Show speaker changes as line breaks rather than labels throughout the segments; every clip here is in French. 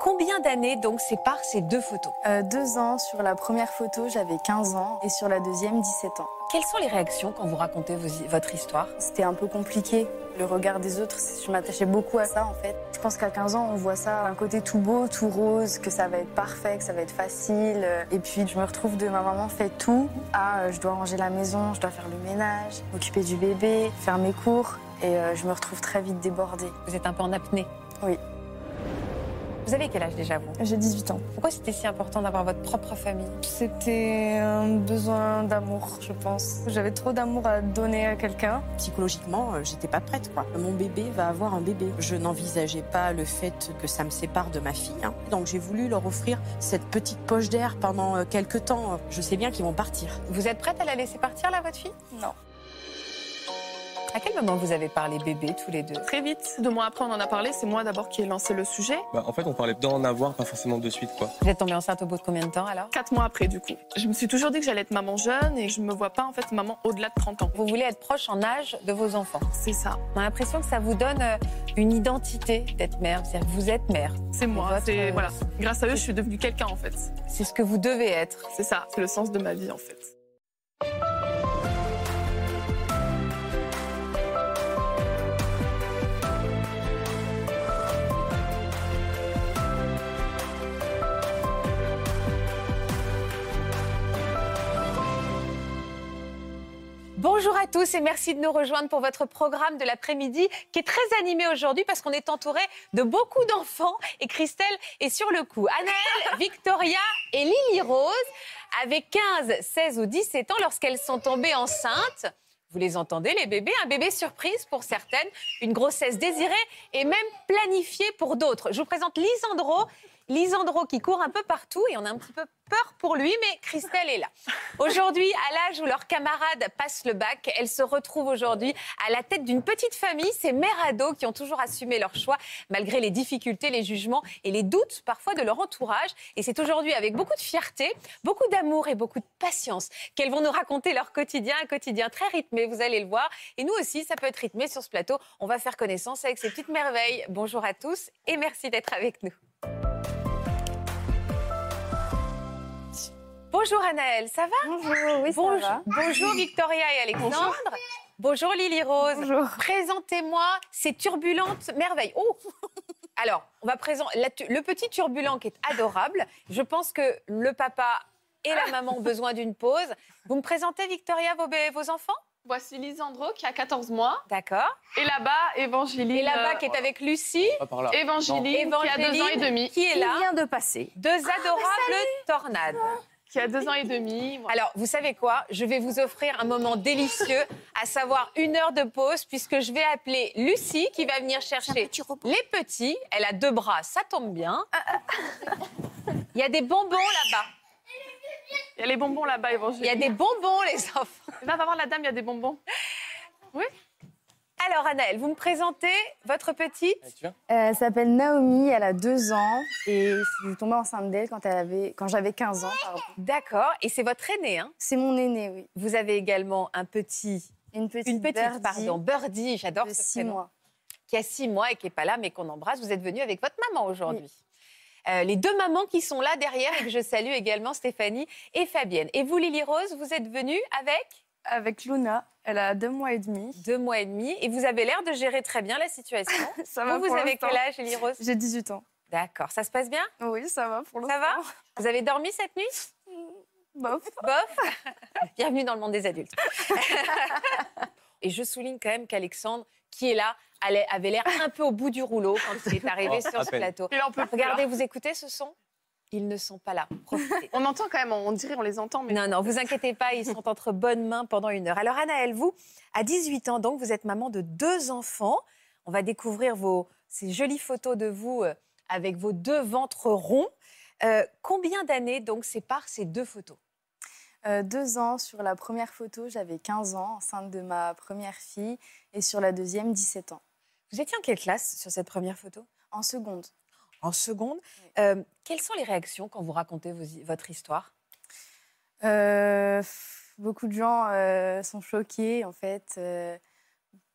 Combien d'années donc séparent ces deux photos
Euh, deux ans, sur la première photo j'avais 15 ans et sur la deuxième 17 ans.
Quelles sont les réactions quand vous racontez vos- votre histoire
C'était un peu compliqué, le regard des autres, c'est- je m'attachais beaucoup à ça en fait. Je pense qu'à 15 ans on voit ça, un côté tout beau, tout rose, que ça va être parfait, que ça va être facile. euh, Et puis je me retrouve de ma maman fait tout à euh, je dois ranger la maison, je dois faire le ménage, m'occuper du bébé, faire mes cours et euh, je me retrouve très vite débordée.
Vous êtes un peu en apnée
Oui.
Vous avez quel âge déjà vous
J'ai 18 ans.
Pourquoi c'était si important d'avoir votre propre famille
C'était un besoin d'amour, je pense. J'avais trop d'amour à donner à quelqu'un.
Psychologiquement, euh, j'étais pas prête, quoi. Mon bébé va avoir un bébé. Je n'envisageais pas le fait que ça me sépare de ma fille. hein. Donc j'ai voulu leur offrir cette petite poche d'air pendant euh, quelques temps. Je sais bien qu'ils vont partir.
Vous êtes prête à la laisser partir là, votre fille
Non.
À quel moment vous avez parlé bébé tous les deux
Très vite, deux mois après, on en a parlé. C'est moi d'abord qui ai lancé le sujet.
Bah, en fait, on parlait d'en avoir, pas forcément de suite, quoi.
Vous êtes tombée enceinte au bout de combien de temps alors
Quatre mois après, du coup. Je me suis toujours dit que j'allais être maman jeune et que je me vois pas, en fait, maman au-delà de 30 ans.
Vous voulez être proche en âge de vos enfants.
C'est ça.
On a l'impression que ça vous donne euh, une identité d'être mère. C'est-à-dire que vous êtes mère.
C'est moi.
Votre-
C'est, voilà. Grâce à eux, je suis devenue quelqu'un, en fait.
C'est ce que vous devez être.
C'est ça. C'est le sens de ma vie, en fait.
Bonjour à tous et merci de nous rejoindre pour votre programme de l'après-midi qui est très animé aujourd'hui parce qu'on est entouré de beaucoup d'enfants et Christelle est sur le coup. Anaël, Victoria et Lily Rose avaient 15, 16 ou 17 ans lorsqu'elles sont tombées enceintes. Vous les entendez, les bébés, un bébé surprise pour certaines, une grossesse désirée et même planifiée pour d'autres. Je vous présente Lisandro. Lisandro qui court un peu partout et on a un petit peu peur pour lui, mais Christelle est là. Aujourd'hui, à l'âge où leurs camarades passent le bac, elles se retrouvent aujourd'hui à la tête d'une petite famille, ces mères ados qui ont toujours assumé leur choix malgré les difficultés, les jugements et les doutes parfois de leur entourage. Et c'est aujourd'hui avec beaucoup de fierté, beaucoup d'amour et beaucoup de patience qu'elles vont nous raconter leur quotidien, un quotidien très rythmé, vous allez le voir. Et nous aussi, ça peut être rythmé sur ce plateau. On va faire connaissance avec ces petites merveilles. Bonjour à tous et merci d'être avec nous. Bonjour Anaël, ça va
Bonjour, oui,
Bonjour, bonjour Victoria et Alexandre. Bonjour, Lily Rose.
Bonjour.
Présentez-moi ces turbulentes merveilles. Oh Alors, on va présenter la tu- le petit turbulent qui est adorable. Je pense que le papa et la maman ont besoin d'une pause. Vous me présentez, Victoria, vos, bé- vos enfants
Voici Lisandro qui a 14 mois.
D'accord.
Et là-bas, Évangéline.
Et là-bas, qui est avec Lucie.
Pas par là.
euh, Évangéline, euh, qui a deux ans et demi. Ah,
qui est là.
de passer.
Deux adorables tornades.
Qui a deux ans et demi. Voilà.
Alors, vous savez quoi Je vais vous offrir un moment délicieux, à savoir une heure de pause, puisque je vais appeler Lucie qui va venir chercher les petits. Elle a deux bras, ça tombe bien.
Ah,
Il y a des bonbons là-bas.
Il y a les bonbons là-bas, Évangéline.
Il y a des Ah, bonbons, les enfants.
Va, va voir la dame, il y a des bonbons.
Alors, Anaël, vous me présentez votre petite
Eh, tu viens
Euh, elle s'appelle Naomi, elle a deux ans et je suis tombée enceinte d'elle quand, elle avait, quand j'avais 15 ans. pardon.
D'accord, et c'est votre aîné. Hein
C'est mon aînée, oui.
vous avez également un petit,
Une petite,
une petite,
birdie
pardon, Birdie, j'adore
de
ce
6
prénom.
mois.
qui a six mois et qui n'est pas là, mais qu'on embrasse. Vous êtes venu avec votre maman aujourd'hui. Euh, les deux mamans qui sont là derrière et que je salue également, Stéphanie et Fabienne. Et vous, Lily Rose, vous êtes venue avec
avec Luna. Elle a deux mois et demi.
deux mois et demi et vous avez l'air de gérer très bien la situation.
Ça va
vous, vous
pour
avez
l'instant.
quel âge, Lily Rose
J'ai 18 ans.
D'accord, ça se passe bien
Oui, ça va pour
Ça
l'instant.
va Vous avez dormi cette nuit
Bof.
Bof Bienvenue dans le monde des adultes. Et je souligne quand même qu'Alexandre, qui est là, allait- avait l'air un peu au bout du rouleau quand il est arrivé
Oh,
sur
à
ce
peine.
plateau.
Et là, on peut plus, là.
Regardez, vous écoutez ce son Ils ne sont pas là. Profitez.
On entend quand même, on dirait, on les entend, mais
Non, non, vous inquiétez pas, ils sont entre bonnes mains pendant une heure. Alors, Anaël, vous, à 18 ans, donc, vous êtes maman de deux enfants. On va découvrir vos, ces jolies photos de vous euh, avec vos deux ventres ronds. Euh, combien d'années, donc, séparent ces deux photos
Euh, deux ans, sur la première photo j'avais 15 ans, enceinte de ma première fille et sur la deuxième 17 ans.
Vous étiez en quelle classe sur cette première photo
En seconde,
En seconde.
Oui.
Euh, quelles sont les réactions quand vous racontez vos- votre histoire
Euh, pff, beaucoup de gens euh, sont choqués, en fait. Euh,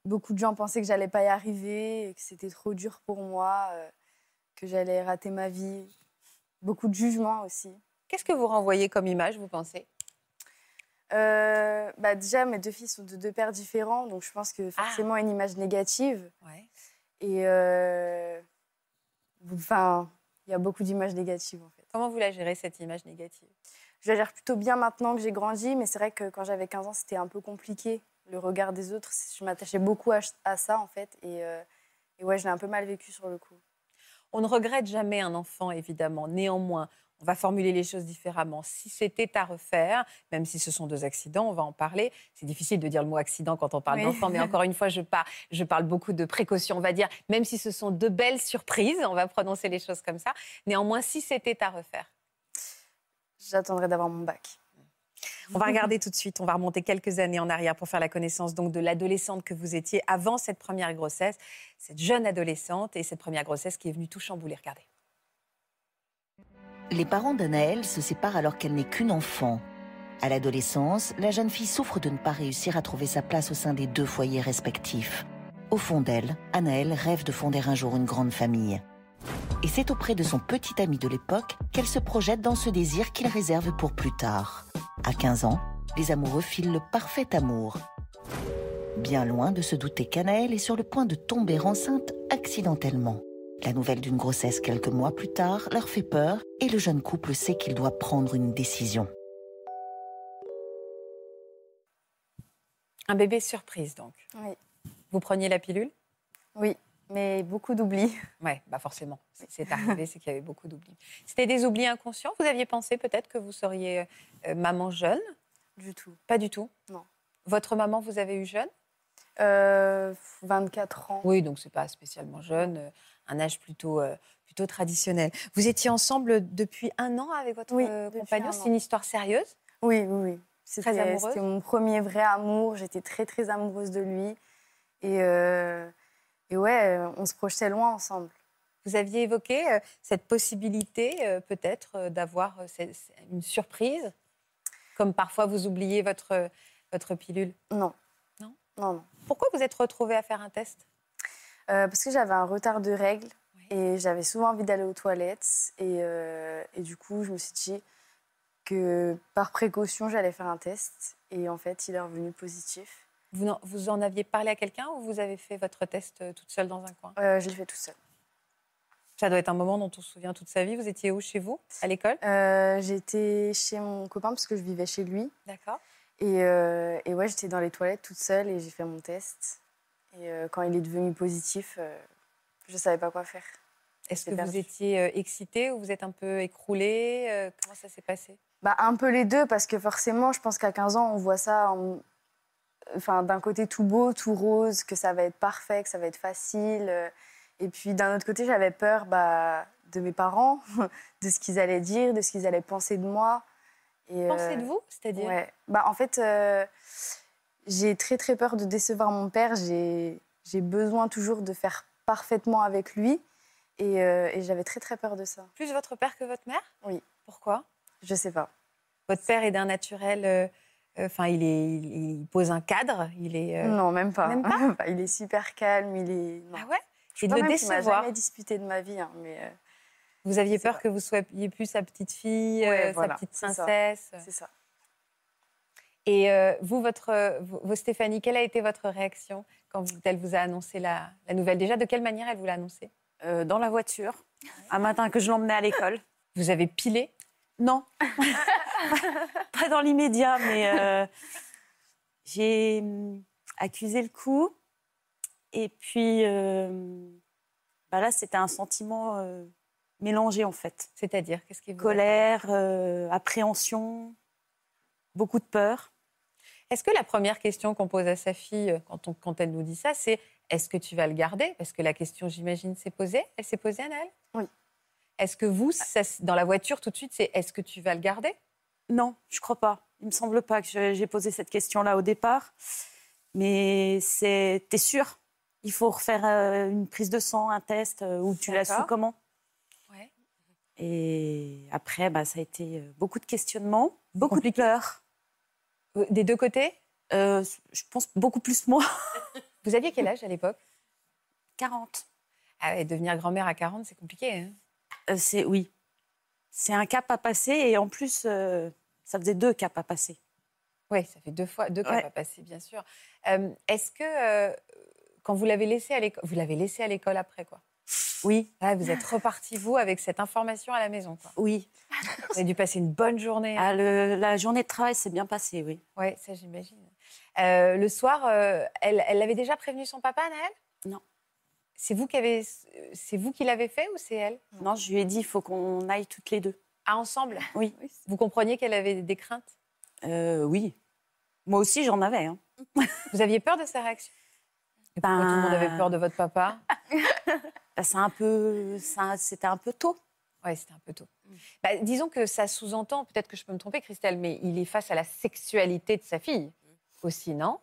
beaucoup de gens pensaient que j'allais pas y arriver, que c'était trop dur pour moi, euh, que j'allais rater ma vie. Beaucoup de jugements aussi.
Qu'est-ce que vous renvoyez comme image, vous pensez
Euh, bah déjà, mes deux filles sont de deux pères différents, donc je pense que forcément une image négative. Et euh, enfin, il y a beaucoup d'images négatives en fait.
Comment vous la gérez, cette image négative
Je la gère plutôt bien maintenant que j'ai grandi, mais c'est vrai que quand j'avais 15 ans, c'était un peu compliqué. Le regard des autres, c'est- je m'attachais beaucoup à, ch- à ça en fait. Et, euh, et ouais, je l'ai un peu mal vécu sur le coup.
On ne regrette jamais un enfant, évidemment. Néanmoins, on va formuler les choses différemment. Si c'était à refaire, même si ce sont deux accidents, on va en parler. C'est difficile de dire le mot accident quand on parle
Oui.
d'enfant, mais encore une fois, je, par- je parle beaucoup de précaution, on va dire, même si ce sont deux belles surprises, on va prononcer les choses comme ça. Néanmoins, si c'était à refaire.
J'attendrai d'avoir mon bac.
On va regarder tout de suite, on va remonter quelques années en arrière pour faire la connaissance donc de l'adolescente que vous étiez avant cette première grossesse, cette jeune adolescente et cette première grossesse qui est venue tout chambouler. Regardez.
Les parents d'Anaël se séparent alors qu'elle n'est qu'une enfant. À l'adolescence, la jeune fille souffre de ne pas réussir à trouver sa place au sein des deux foyers respectifs. Au fond d'elle, Anaël rêve de fonder un jour une grande famille. Et c'est auprès de son petit ami de l'époque qu'elle se projette dans ce désir qu'il réserve pour plus tard. À 15 ans, les amoureux filent le parfait amour. Bien loin de se douter qu'Anaël est sur le point de tomber enceinte accidentellement. La nouvelle d'une grossesse quelques mois plus tard leur fait peur et le jeune couple sait qu'il doit prendre une décision.
Un bébé surprise donc.
Oui.
Vous preniez la pilule
Oui, mais beaucoup d'oubli.
Oui, bah forcément. Si C'est arrivé, c'est qu'il y avait beaucoup d'oublis. C'était des oublis inconscients Vous aviez pensé peut-être que vous seriez euh, maman jeune
Du tout.
Pas du tout
Non.
Votre maman, vous avez eu jeune
Euh, 24 ans.
Oui, donc c'est pas spécialement jeune, euh, un âge plutôt, euh, plutôt traditionnel. Vous étiez ensemble depuis un an avec votre
Oui,
euh,
depuis
compagnon
un
C'est
an.
une histoire sérieuse
Oui, oui, oui. C'était
amoureuse
c'était mon premier vrai amour. J'étais très, très amoureuse de lui. Et, euh, et ouais, on se projetait loin ensemble.
Vous aviez évoqué euh, cette possibilité euh, peut-être euh, d'avoir euh, c'est- c'est une surprise, comme parfois vous oubliez votre, euh, votre pilule.
Non.
Non
Non, non.
Pourquoi vous êtes retrouvée à faire un test
Euh, parce que j'avais un retard de règles
Ouais.
et j'avais souvent envie d'aller aux toilettes. Et, euh, et du coup, je me suis dit que par précaution, j'allais faire un test. Et en fait, il est revenu positif.
Vous en, vous en aviez parlé à quelqu'un ou vous avez fait votre test euh, toute seule dans un coin
Euh, je l'ai fait tout seul.
Ça doit être un moment dont on se souvient toute sa vie. Vous étiez où chez vous À l'école
Euh, J'étais chez mon copain parce que je vivais chez lui.
D'accord.
Et, euh, et ouais, j'étais dans les toilettes toute seule et j'ai fait mon test. Et euh, quand il est devenu positif, euh, je savais pas quoi faire.
Est-ce que
J'étais
vous
perdue.
étiez euh, excitée ou vous êtes un peu écroulée Euh, Comment ça s'est passé
Bah, un peu les deux, parce que forcément, je pense qu'à 15 ans, on voit ça en- enfin, d'un côté tout beau, tout rose, que ça va être parfait, que ça va être facile. euh. Et puis d'un autre côté, j'avais peur bah, de mes parents, de ce qu'ils allaient dire, de ce qu'ils allaient penser de moi. Et,
Pensez de
euh,
vous C'est-à-dire
Ouais. Bah, en fait, euh, j'ai très très peur de décevoir mon père. J'ai j'ai besoin toujours de faire parfaitement avec lui. Et, euh, et j'avais très très peur de ça.
Plus votre père que votre mère
Oui.
Pourquoi
Je sais pas.
Votre père est d'un naturel. euh, euh, Enfin, il, est, il, il pose un cadre. Il est. euh,
non, même pas.
même
Bah, il est super calme. Il est. non.
Ah ouais
Je
Et de
crois
le
même qu'il m'a
décevoir.
jamais disputé de ma vie, hein, mais euh,
Vous aviez
C'est
peur
vrai.
que vous soyez plus sa petite fille,
Ouais,
euh,
voilà,
sa petite
c'est ça.
princesse.
c'est ça.
Et euh, vous, votre, euh, vous, vous, Stéphanie, quelle a été votre réaction quand vous- elle vous a annoncé la, la nouvelle Déjà, de quelle manière elle vous l'a annoncé
euh, dans la voiture, un matin que je l'emmenais à l'école.
Vous avez pilé
Non, pas dans l'immédiat, mais euh, j'ai hum, accusé le coup. Et puis, euh, bah là, c'était un sentiment euh, mélangé, en fait.
C'est-à-dire, qu'est-ce qui vous a-
Colère, euh, appréhension, beaucoup de peur.
Est-ce que la première question qu'on pose à sa fille euh, quand, on- quand elle nous dit ça, c'est est-ce que tu vas le garder Parce que la question, j'imagine, s'est posée. Elle s'est posée, Anaël
Oui.
Est-ce que vous,
Ah.
ça s- dans la voiture, tout de suite, c'est est-ce que tu vas le garder
Non, je crois pas. Il me semble pas que je- j'ai posé cette question-là au départ. Mais c'est, t'es sûr Il faut refaire euh, une prise de sang, un test, euh, ou tu la sous
D'accord.
comment Et après, bah, ça a été euh, beaucoup de questionnements, beaucoup
Compliqué.
de pleurs.
Euh, Des deux côtés
Euh, je pense beaucoup plus moi.
Vous aviez quel âge à l'époque
40.
ah ouais, Devenir grand-mère à 40, c'est compliqué. hein.
Euh, c'est oui. C'est un cap à passer et en plus, euh, ça faisait deux caps à passer.
Oui, ça fait deux fois, deux cas
Ouais.
à passer, bien sûr. Euh, Est-ce que euh, quand vous l'avez laissé à l'école, vous l'avez laissé à l'école après quoi
Oui,
Ah, Vous êtes reparti vous avec cette information à la maison. Quoi.
oui.
Vous avez dû passer une bonne journée.
Ah, le- la journée de travail s'est bien passée, oui.
Oui, ça j'imagine. Euh, le soir, euh, elle, elle avait déjà prévenu son papa, Naël
Non.
C'est vous qui avez, c'est vous qui l'avez fait ou c'est elle
Non, je lui ai dit, il faut qu'on aille toutes les deux.
Ah, ensemble.
Oui.
Vous compreniez qu'elle avait des craintes.
Euh, oui. Moi aussi, j'en avais. hein.
Vous aviez peur de sa réaction. Et pourquoi
Ben-
Tout le monde avait peur de votre papa.
Bah, c'est un peu, ça- c'était un peu tôt.
Ouais, c'était un peu tôt.
Mm.
Bah, disons que ça sous-entend, peut-être que je peux me tromper, Christelle, mais il est face à la sexualité de sa fille aussi, non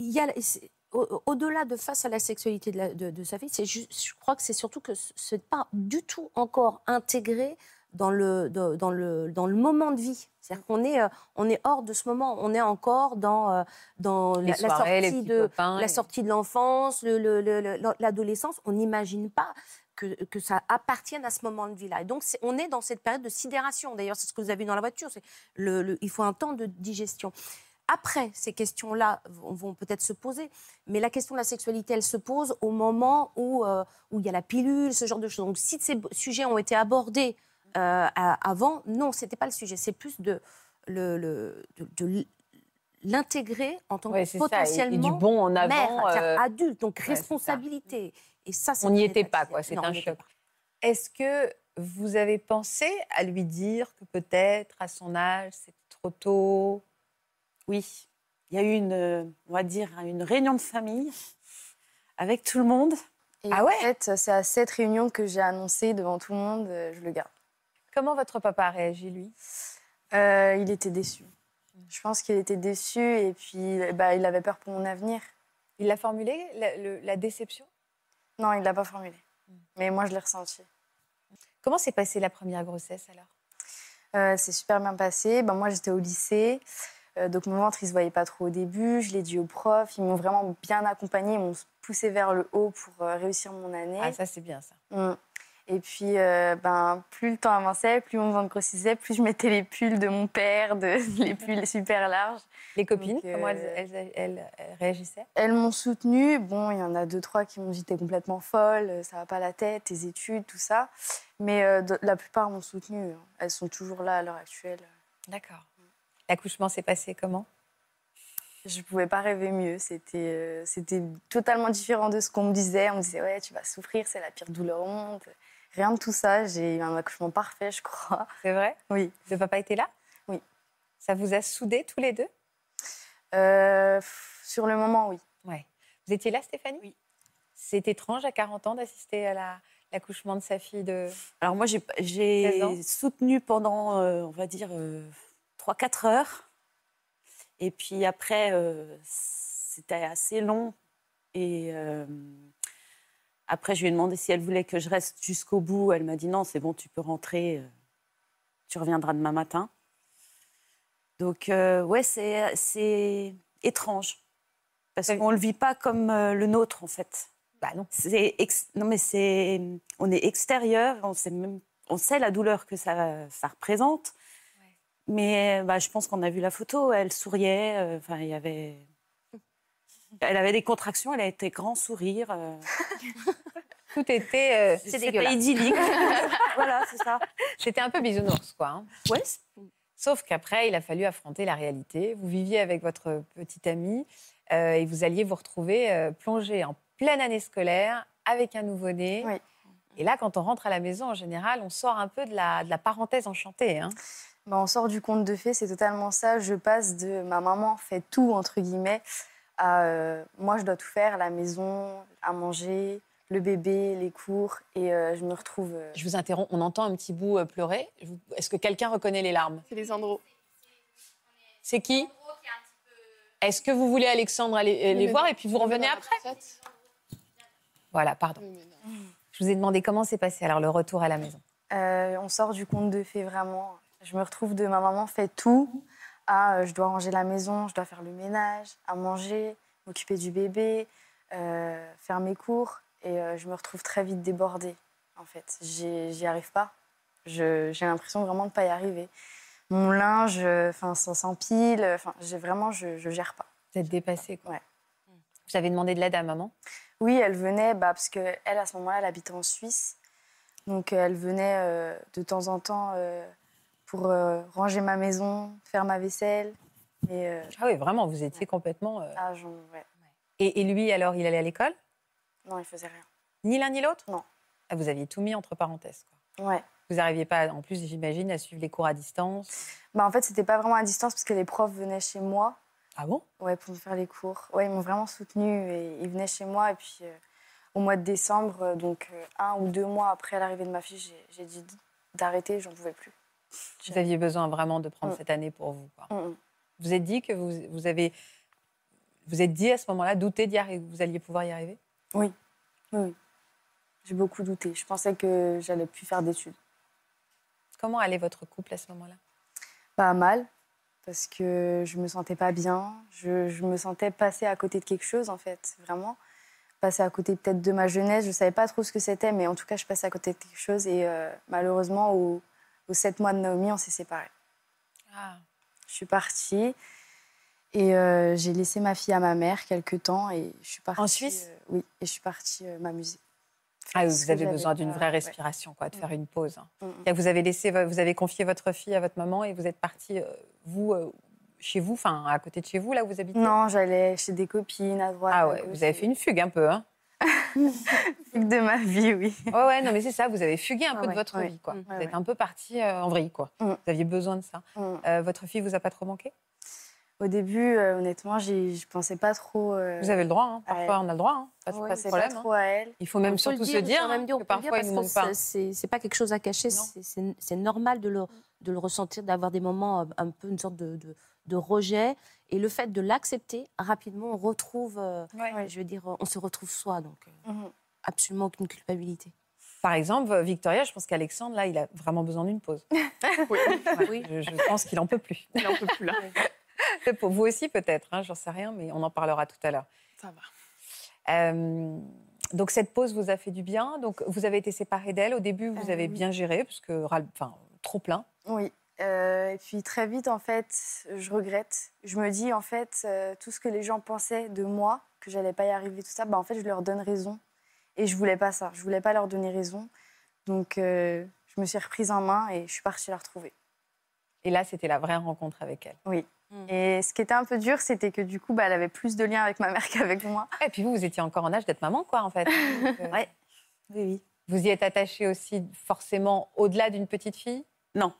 il y a, c'est- au- au-delà de face à la sexualité de, la- de- de sa fille, c'est ju- je crois que c'est surtout que ce ce n'est pas du tout encore intégré dans le, dans, dans le, dans le moment de vie. C'est-à-dire qu'on est, euh, on est hors de ce moment, on est encore dans, euh, dans la,
Les
la
soirées, les
sortie
petits
de,
copains.
la sortie de l'enfance, le- le- le- le- l'adolescence, on n'imagine pas que, que ça appartienne à ce moment de vie-là. Et donc, c'est- on est dans cette période de sidération. D'ailleurs, c'est ce que vous avez vu dans la voiture. c'est le- le- il faut un temps de digestion. Après, ces questions-là vont, vont peut-être se poser, mais la question de la sexualité, elle se pose au moment où, euh, où il y a la pilule, ce genre de choses. Donc, si ces sujets ont été abordés euh, à- avant, non, ce n'était pas le sujet. C'est plus de, le, le- de- de l'intégrer en tant
Ouais,
que
c'est ça. Et, et du
potentiellement
bon en
mère,
avant.
c'est-à-dire
euh,
adulte, donc
ouais, c'est ça.
responsabilité. Et ça, c'est
On n'y
une
était pas,
étape.
quoi, c'est
Non,
un
on n'y était
choc.
pas.
Est-ce que vous avez pensé à lui dire que peut-être à son âge, c'est trop tôt
Oui. Il y a eu une, euh, on va dire, une réunion de famille avec tout le monde.
Et
Ah ouais
En fait, c'est à cette réunion que j'ai annoncé devant tout le monde, euh, je le garde.
Comment votre papa réagit, lui
Euh, il était déçu. Je pense qu'il était déçu et puis bah, il avait peur pour mon avenir.
Il l'a formulé, la, le- la déception
Non, il l'a pas formulé. Mais moi, je l'ai ressenti.
Comment s'est passée la première grossesse, alors
Euh, c'est super bien passé. Ben, moi, j'étais au lycée. Euh, donc, mon ventre, il se voyait pas trop au début. Je l'ai dit au prof. Ils m'ont vraiment bien accompagnée. Ils m'ont poussé vers le haut pour euh, réussir mon année.
Ah, ça, c'est bien, ça.
Mm. Et puis, euh, ben, plus le temps avançait, plus mon ventre grossissait, plus je mettais les pulls de mon père, de, les pulls super larges.
Les copines,
Donc, euh,
comment elles, elles- elles- elles réagissaient
Elles m'ont soutenue. Bon, il y en a deux, trois qui m'ont dit T'es complètement folle, euh, ça va pas la tête, tes études, tout ça. Mais euh, de- la plupart m'ont soutenue. hein. Elles sont toujours là à l'heure actuelle.
D'accord. L'accouchement s'est passé comment
Je pouvais pas rêver mieux. C'était euh, c'était totalement différent de ce qu'on me disait. On me disait Ouais, tu vas souffrir, c'est la pire douleur au monde. Rien de tout ça. J'ai eu un accouchement parfait, je crois.
C'est vrai
Oui.
Le papa était là
Oui.
Ça vous a soudés tous les deux
Euh, pff, sur le moment, oui.
Vous étiez là, Stéphanie Oui. C'est étrange à 40 ans d'assister à la- l'accouchement de sa fille de...
Alors moi, j'ai-
16 ans.
j'ai soutenu pendant, euh, on va dire, 3-4 heures. Et puis après, euh, c'était assez long. Et euh, après, je lui ai demandé si elle voulait que je reste jusqu'au bout. Elle m'a dit non, c'est bon, tu peux rentrer. euh, Tu reviendras demain matin. Donc euh, ouais, c'est c'est étrange. Parce
Oui.
qu'on ne le vit pas comme euh, le nôtre, en fait.
Bah non.
C'est ex- Non, mais c'est. On est extérieur, on sait, même... on sait la douleur que ça, ça représente. Mais bah, je pense qu'on a vu la photo, elle souriait, euh, enfin, il y avait. Elle avait des contractions, elle a été grand sourire. euh,
Tout était... euh,
C'était
dégueulasse.
idyllique. voilà, c'est ça.
C'était un peu bisounours, quoi. hein.
Ouais,
Sauf qu'après, il a fallu affronter la réalité. Vous viviez avec votre petite amie euh, et vous alliez vous retrouver euh, plongé en pleine année scolaire avec un nouveau-né.
Oui.
Et là, quand on rentre à la maison, en général, on sort un peu de la, de la parenthèse enchantée. hein.
Bah, on sort du conte de fées, c'est totalement ça. Je passe de ma maman fait tout, entre guillemets, à euh, moi je dois tout faire, la maison, à manger, le bébé, les cours, et euh, je me retrouve. euh,
Je vous interromps, on entend un petit bout euh, pleurer. Je vous- Est-ce que quelqu'un reconnaît les larmes
C'est les andros.
C'est qui Est-ce que vous voulez, Alexandre, aller euh, les voir et puis vous revenez après Voilà, pardon. Je vous ai demandé comment s'est passé alors le retour à la maison.
Euh, on sort du conte de fées vraiment. Je me retrouve de ma maman fait tout à euh, je dois ranger la maison, je dois faire le ménage, à manger, m'occuper du bébé, euh, faire mes cours. Et euh, je me retrouve très vite débordée en fait. J'y j'y arrive pas. Je- J'ai l'impression vraiment de pas y arriver. Mon linge, euh, enfin, ça s'empile. Enfin, j'ai vraiment, je, je gère pas.
Vous êtes dépassée, quoi.
Ouais.
Vous avez demandé de l'aide à maman
Oui, elle venait bah, parce que elle, à ce moment-là, elle habitait en Suisse. Donc, euh, elle venait euh, de temps en temps euh, pour euh, ranger ma maison, faire ma vaisselle. Et, euh,
Ah oui, vraiment, vous étiez complètement. euh,
ah, j'en- ouais.
Et, et lui, alors, il allait à l'école
Non, il faisait rien.
Ni l'un ni l'autre
Non.
Ah, vous aviez tout mis entre parenthèses, quoi.
Ouais.
Vous n'arriviez pas, en plus, j'imagine, à suivre les cours à distance.
Bah, en fait, c'était pas vraiment à distance parce que les profs venaient chez moi
Ah bon
ouais, pour me faire les cours. Ouais, ils m'ont vraiment soutenue et ils venaient chez moi. Et puis, euh, au mois de décembre, euh, donc euh, un ou deux mois après l'arrivée de ma fille, j'ai- j'ai dit d'arrêter, j'en pouvais plus.
Vous aviez besoin vraiment de prendre
Mm.
cette année pour vous, quoi.
Mm, mm.
Vous êtes dit que vous, vous avez. Vous êtes dit à ce moment-là, douter d'y arri- vous alliez pouvoir y arriver
J'ai beaucoup douté. Je pensais que j'allais plus faire d'études.
Comment allait votre couple à ce moment-là
pas mal parce que je me sentais pas bien. Je, je me sentais passer à côté de quelque chose en fait, vraiment. Passer à côté peut-être de ma jeunesse. Je savais pas trop ce que c'était, mais en tout cas, je passais à côté de quelque chose. Et euh, malheureusement, au- aux sept mois de Naomi, on s'est séparés.
Ah.
Je suis partie et euh, j'ai laissé ma fille à ma mère quelques temps et je suis partie.
En Suisse
euh, Oui, et je suis partie euh, m'amuser.
Ah oui,
Parce
vous
que
avez
j'avais
besoin d'une
pas-
vraie
ouais.
respiration, quoi, de faire une pause.
Mm,
hein.
mm.
C'est-à-dire que Vous avez laissé, vo- vous avez confié votre fille à votre maman et vous êtes parti vous euh, chez vous, enfin à côté de chez vous, là où vous habitez.
Non, j'allais chez des copines à droite.
Ah
à
ouais,
gauche,
vous avez
et-
fait une fugue un peu. Hein.
Fugue de ma vie, oui.
Ouais, ouais, non mais c'est ça, vous avez fugué un peu
Ah ouais,
de votre
ouais.
vie, quoi.
Mm.
vous
Ouais,
êtes
ouais.
un peu parti euh, en vrille, quoi.
Mm.
Vous aviez besoin de ça.
Mm.
Euh, votre fille vous a pas trop manqué
Au début, euh, honnêtement, j'y- je pensais pas trop. euh,
Vous avez le droit, hein. parfois on a le droit, hein. pas,
ouais,
pas
je
de
pensais
problème.
pas
hein.
trop à elle.
Il faut même
On peut le
surtout se
dire,
dire,
on peut
hein,
même dire,
que
on peut le dire
parfois il ne
parce
manque
que
pas.
c'est- C'est c'est pas quelque chose à cacher,
Non.
c'est- c'est c'est normal de le, de le ressentir, d'avoir des moments euh, un peu une sorte de, de- de rejet. Et le fait de l'accepter, rapidement, on retrouve, euh,
Ouais.
je veux dire, on se retrouve soi, donc euh,
Mhm.
absolument aucune culpabilité.
Par exemple, euh, Victoria, je pense qu'Alexandre, là, il a vraiment besoin d'une pause.
Oui,
Ouais, je, je pense qu'il en peut plus.
il en peut plus là.
Peut-être Pour vous aussi, peut-être, hein, j'en sais rien, mais on en parlera tout à l'heure.
Ça va.
Euh, donc cette pause vous a fait du bien. Donc vous avez été séparés d'elle. Au début, vous
Euh,
avez
oui.
bien géré, parce que ral- enfin, trop plein.
Oui. Euh, et puis très vite, en fait, je regrette. Je me dis, en fait, euh, tout ce que les gens pensaient de moi, que j'allais pas y arriver, tout ça, bah, en fait, je leur donne raison. Et je voulais pas ça. Je voulais pas leur donner raison. Donc, euh, je me suis reprise en main et je suis partie la retrouver.
Et là, c'était la vraie rencontre avec elle. Mm.
Et ce qui était un peu dur, c'était que du coup, bah, elle avait plus de liens avec ma mère qu'avec moi.
Et puis vous, vous étiez encore en âge d'être maman, quoi, en fait. Donc, euh,
Ouais. Oui, oui.
Vous y êtes attaché aussi, forcément, au-delà d'une petite fille.
Non,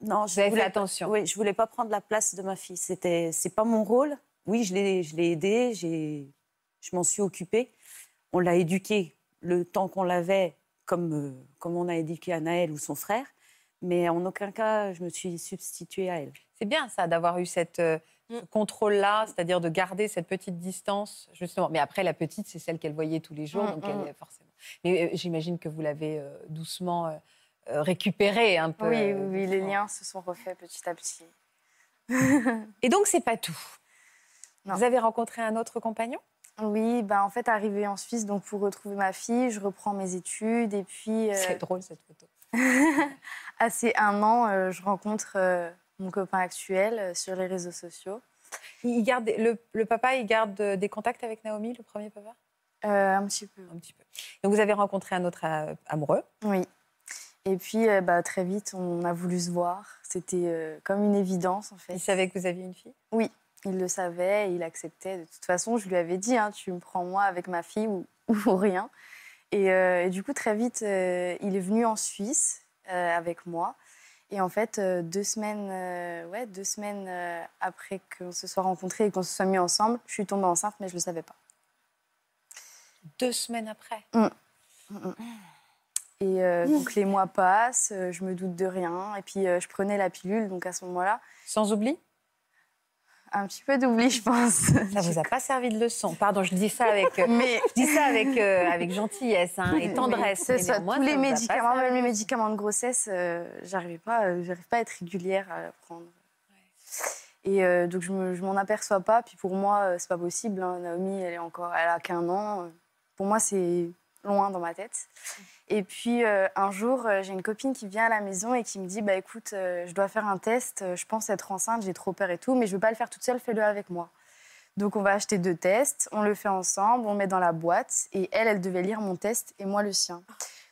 Vous
je
avez fait
voulais,
attention.
oui, je voulais pas prendre la place de ma fille. C'était, c'est pas mon rôle. Oui, je l'ai, je l'ai aidée, j'ai, je m'en suis occupée. On l'a éduquée le temps qu'on l'avait, comme, euh, comme on a éduqué Anaël ou son frère. Mais en aucun cas, je me suis substituée à elle.
C'est bien ça, d'avoir eu cette, euh,
Mm.
ce contrôle-là, c'est-à-dire de garder cette petite distance, justement. Mais après, la petite, c'est celle qu'elle voyait tous les jours,
Mm,
donc
mm.
elle, euh, forcément. Mais euh, j'imagine que vous l'avez euh, doucement euh, euh, récupérée un peu.
Oui, oui,
euh,
oui, les
doucement.
liens se sont refaits petit à petit.
Et donc, c'est pas tout.
Non.
Vous avez rencontré un autre compagnon
Oui, bah en fait, arrivée en Suisse, donc pour retrouver ma fille, je reprends mes études et puis euh,
C'est drôle cette photo.
à ces un an, euh, je rencontre euh, mon copain actuel euh, sur les réseaux sociaux.
Il il garde, le, le papa, il garde euh, des contacts avec Naomi, le premier papa
Euh, un petit peu.
Un petit peu. Donc, vous avez rencontré un autre euh, amoureux.
Oui. Et puis euh, bah, très vite, on a voulu se voir. C'était euh, comme une évidence en fait.
Il savait que vous aviez une fille.
Il le savait, et il acceptait. De toute façon, je lui avais dit, hein, tu me prends moi avec ma fille ou, ou rien. Et, euh, et du coup, très vite, euh, il est venu en Suisse euh, avec moi. Et en fait, euh, deux semaines, euh, ouais, deux semaines euh, après qu'on se soit rencontrés et qu'on se soit mis ensemble, je suis tombée enceinte, mais je ne le savais pas.
Deux semaines après.
Et euh, donc les mois passent, euh, je me doute de rien. Et puis euh, je prenais la pilule, donc à ce moment-là,
Sans oubli
Un petit peu d'oubli, je pense.
Ça vous a pas servi de leçon. Pardon, je dis ça avec, euh,
Mais-
je dis ça avec, euh, avec gentillesse hein, et tendresse.
Que ce
Eh
mais
soit
néanmoins, ça
tous
vous
les
a pas
médicaments,
servi.
même les médicaments de grossesse, euh, j'arrivais pas, euh, j'arrive pas à être régulière euh, à la prendre. Et euh, donc je, me- je m'en aperçois pas. Puis pour moi, euh, c'est pas possible. hein. Naomi, elle est encore, elle a qu'un an. Pour moi, c'est loin dans ma tête. Et puis euh, un jour, euh, j'ai une copine qui vient à la maison et qui me dit, bah écoute, euh, je dois faire un test. euh, Je pense être enceinte, j'ai trop peur et tout, mais je veux pas le faire toute seule. Fais-le avec moi. Donc on va acheter deux tests, on le fait ensemble, on le met dans la boîte et elle, elle devait lire mon test et moi le sien.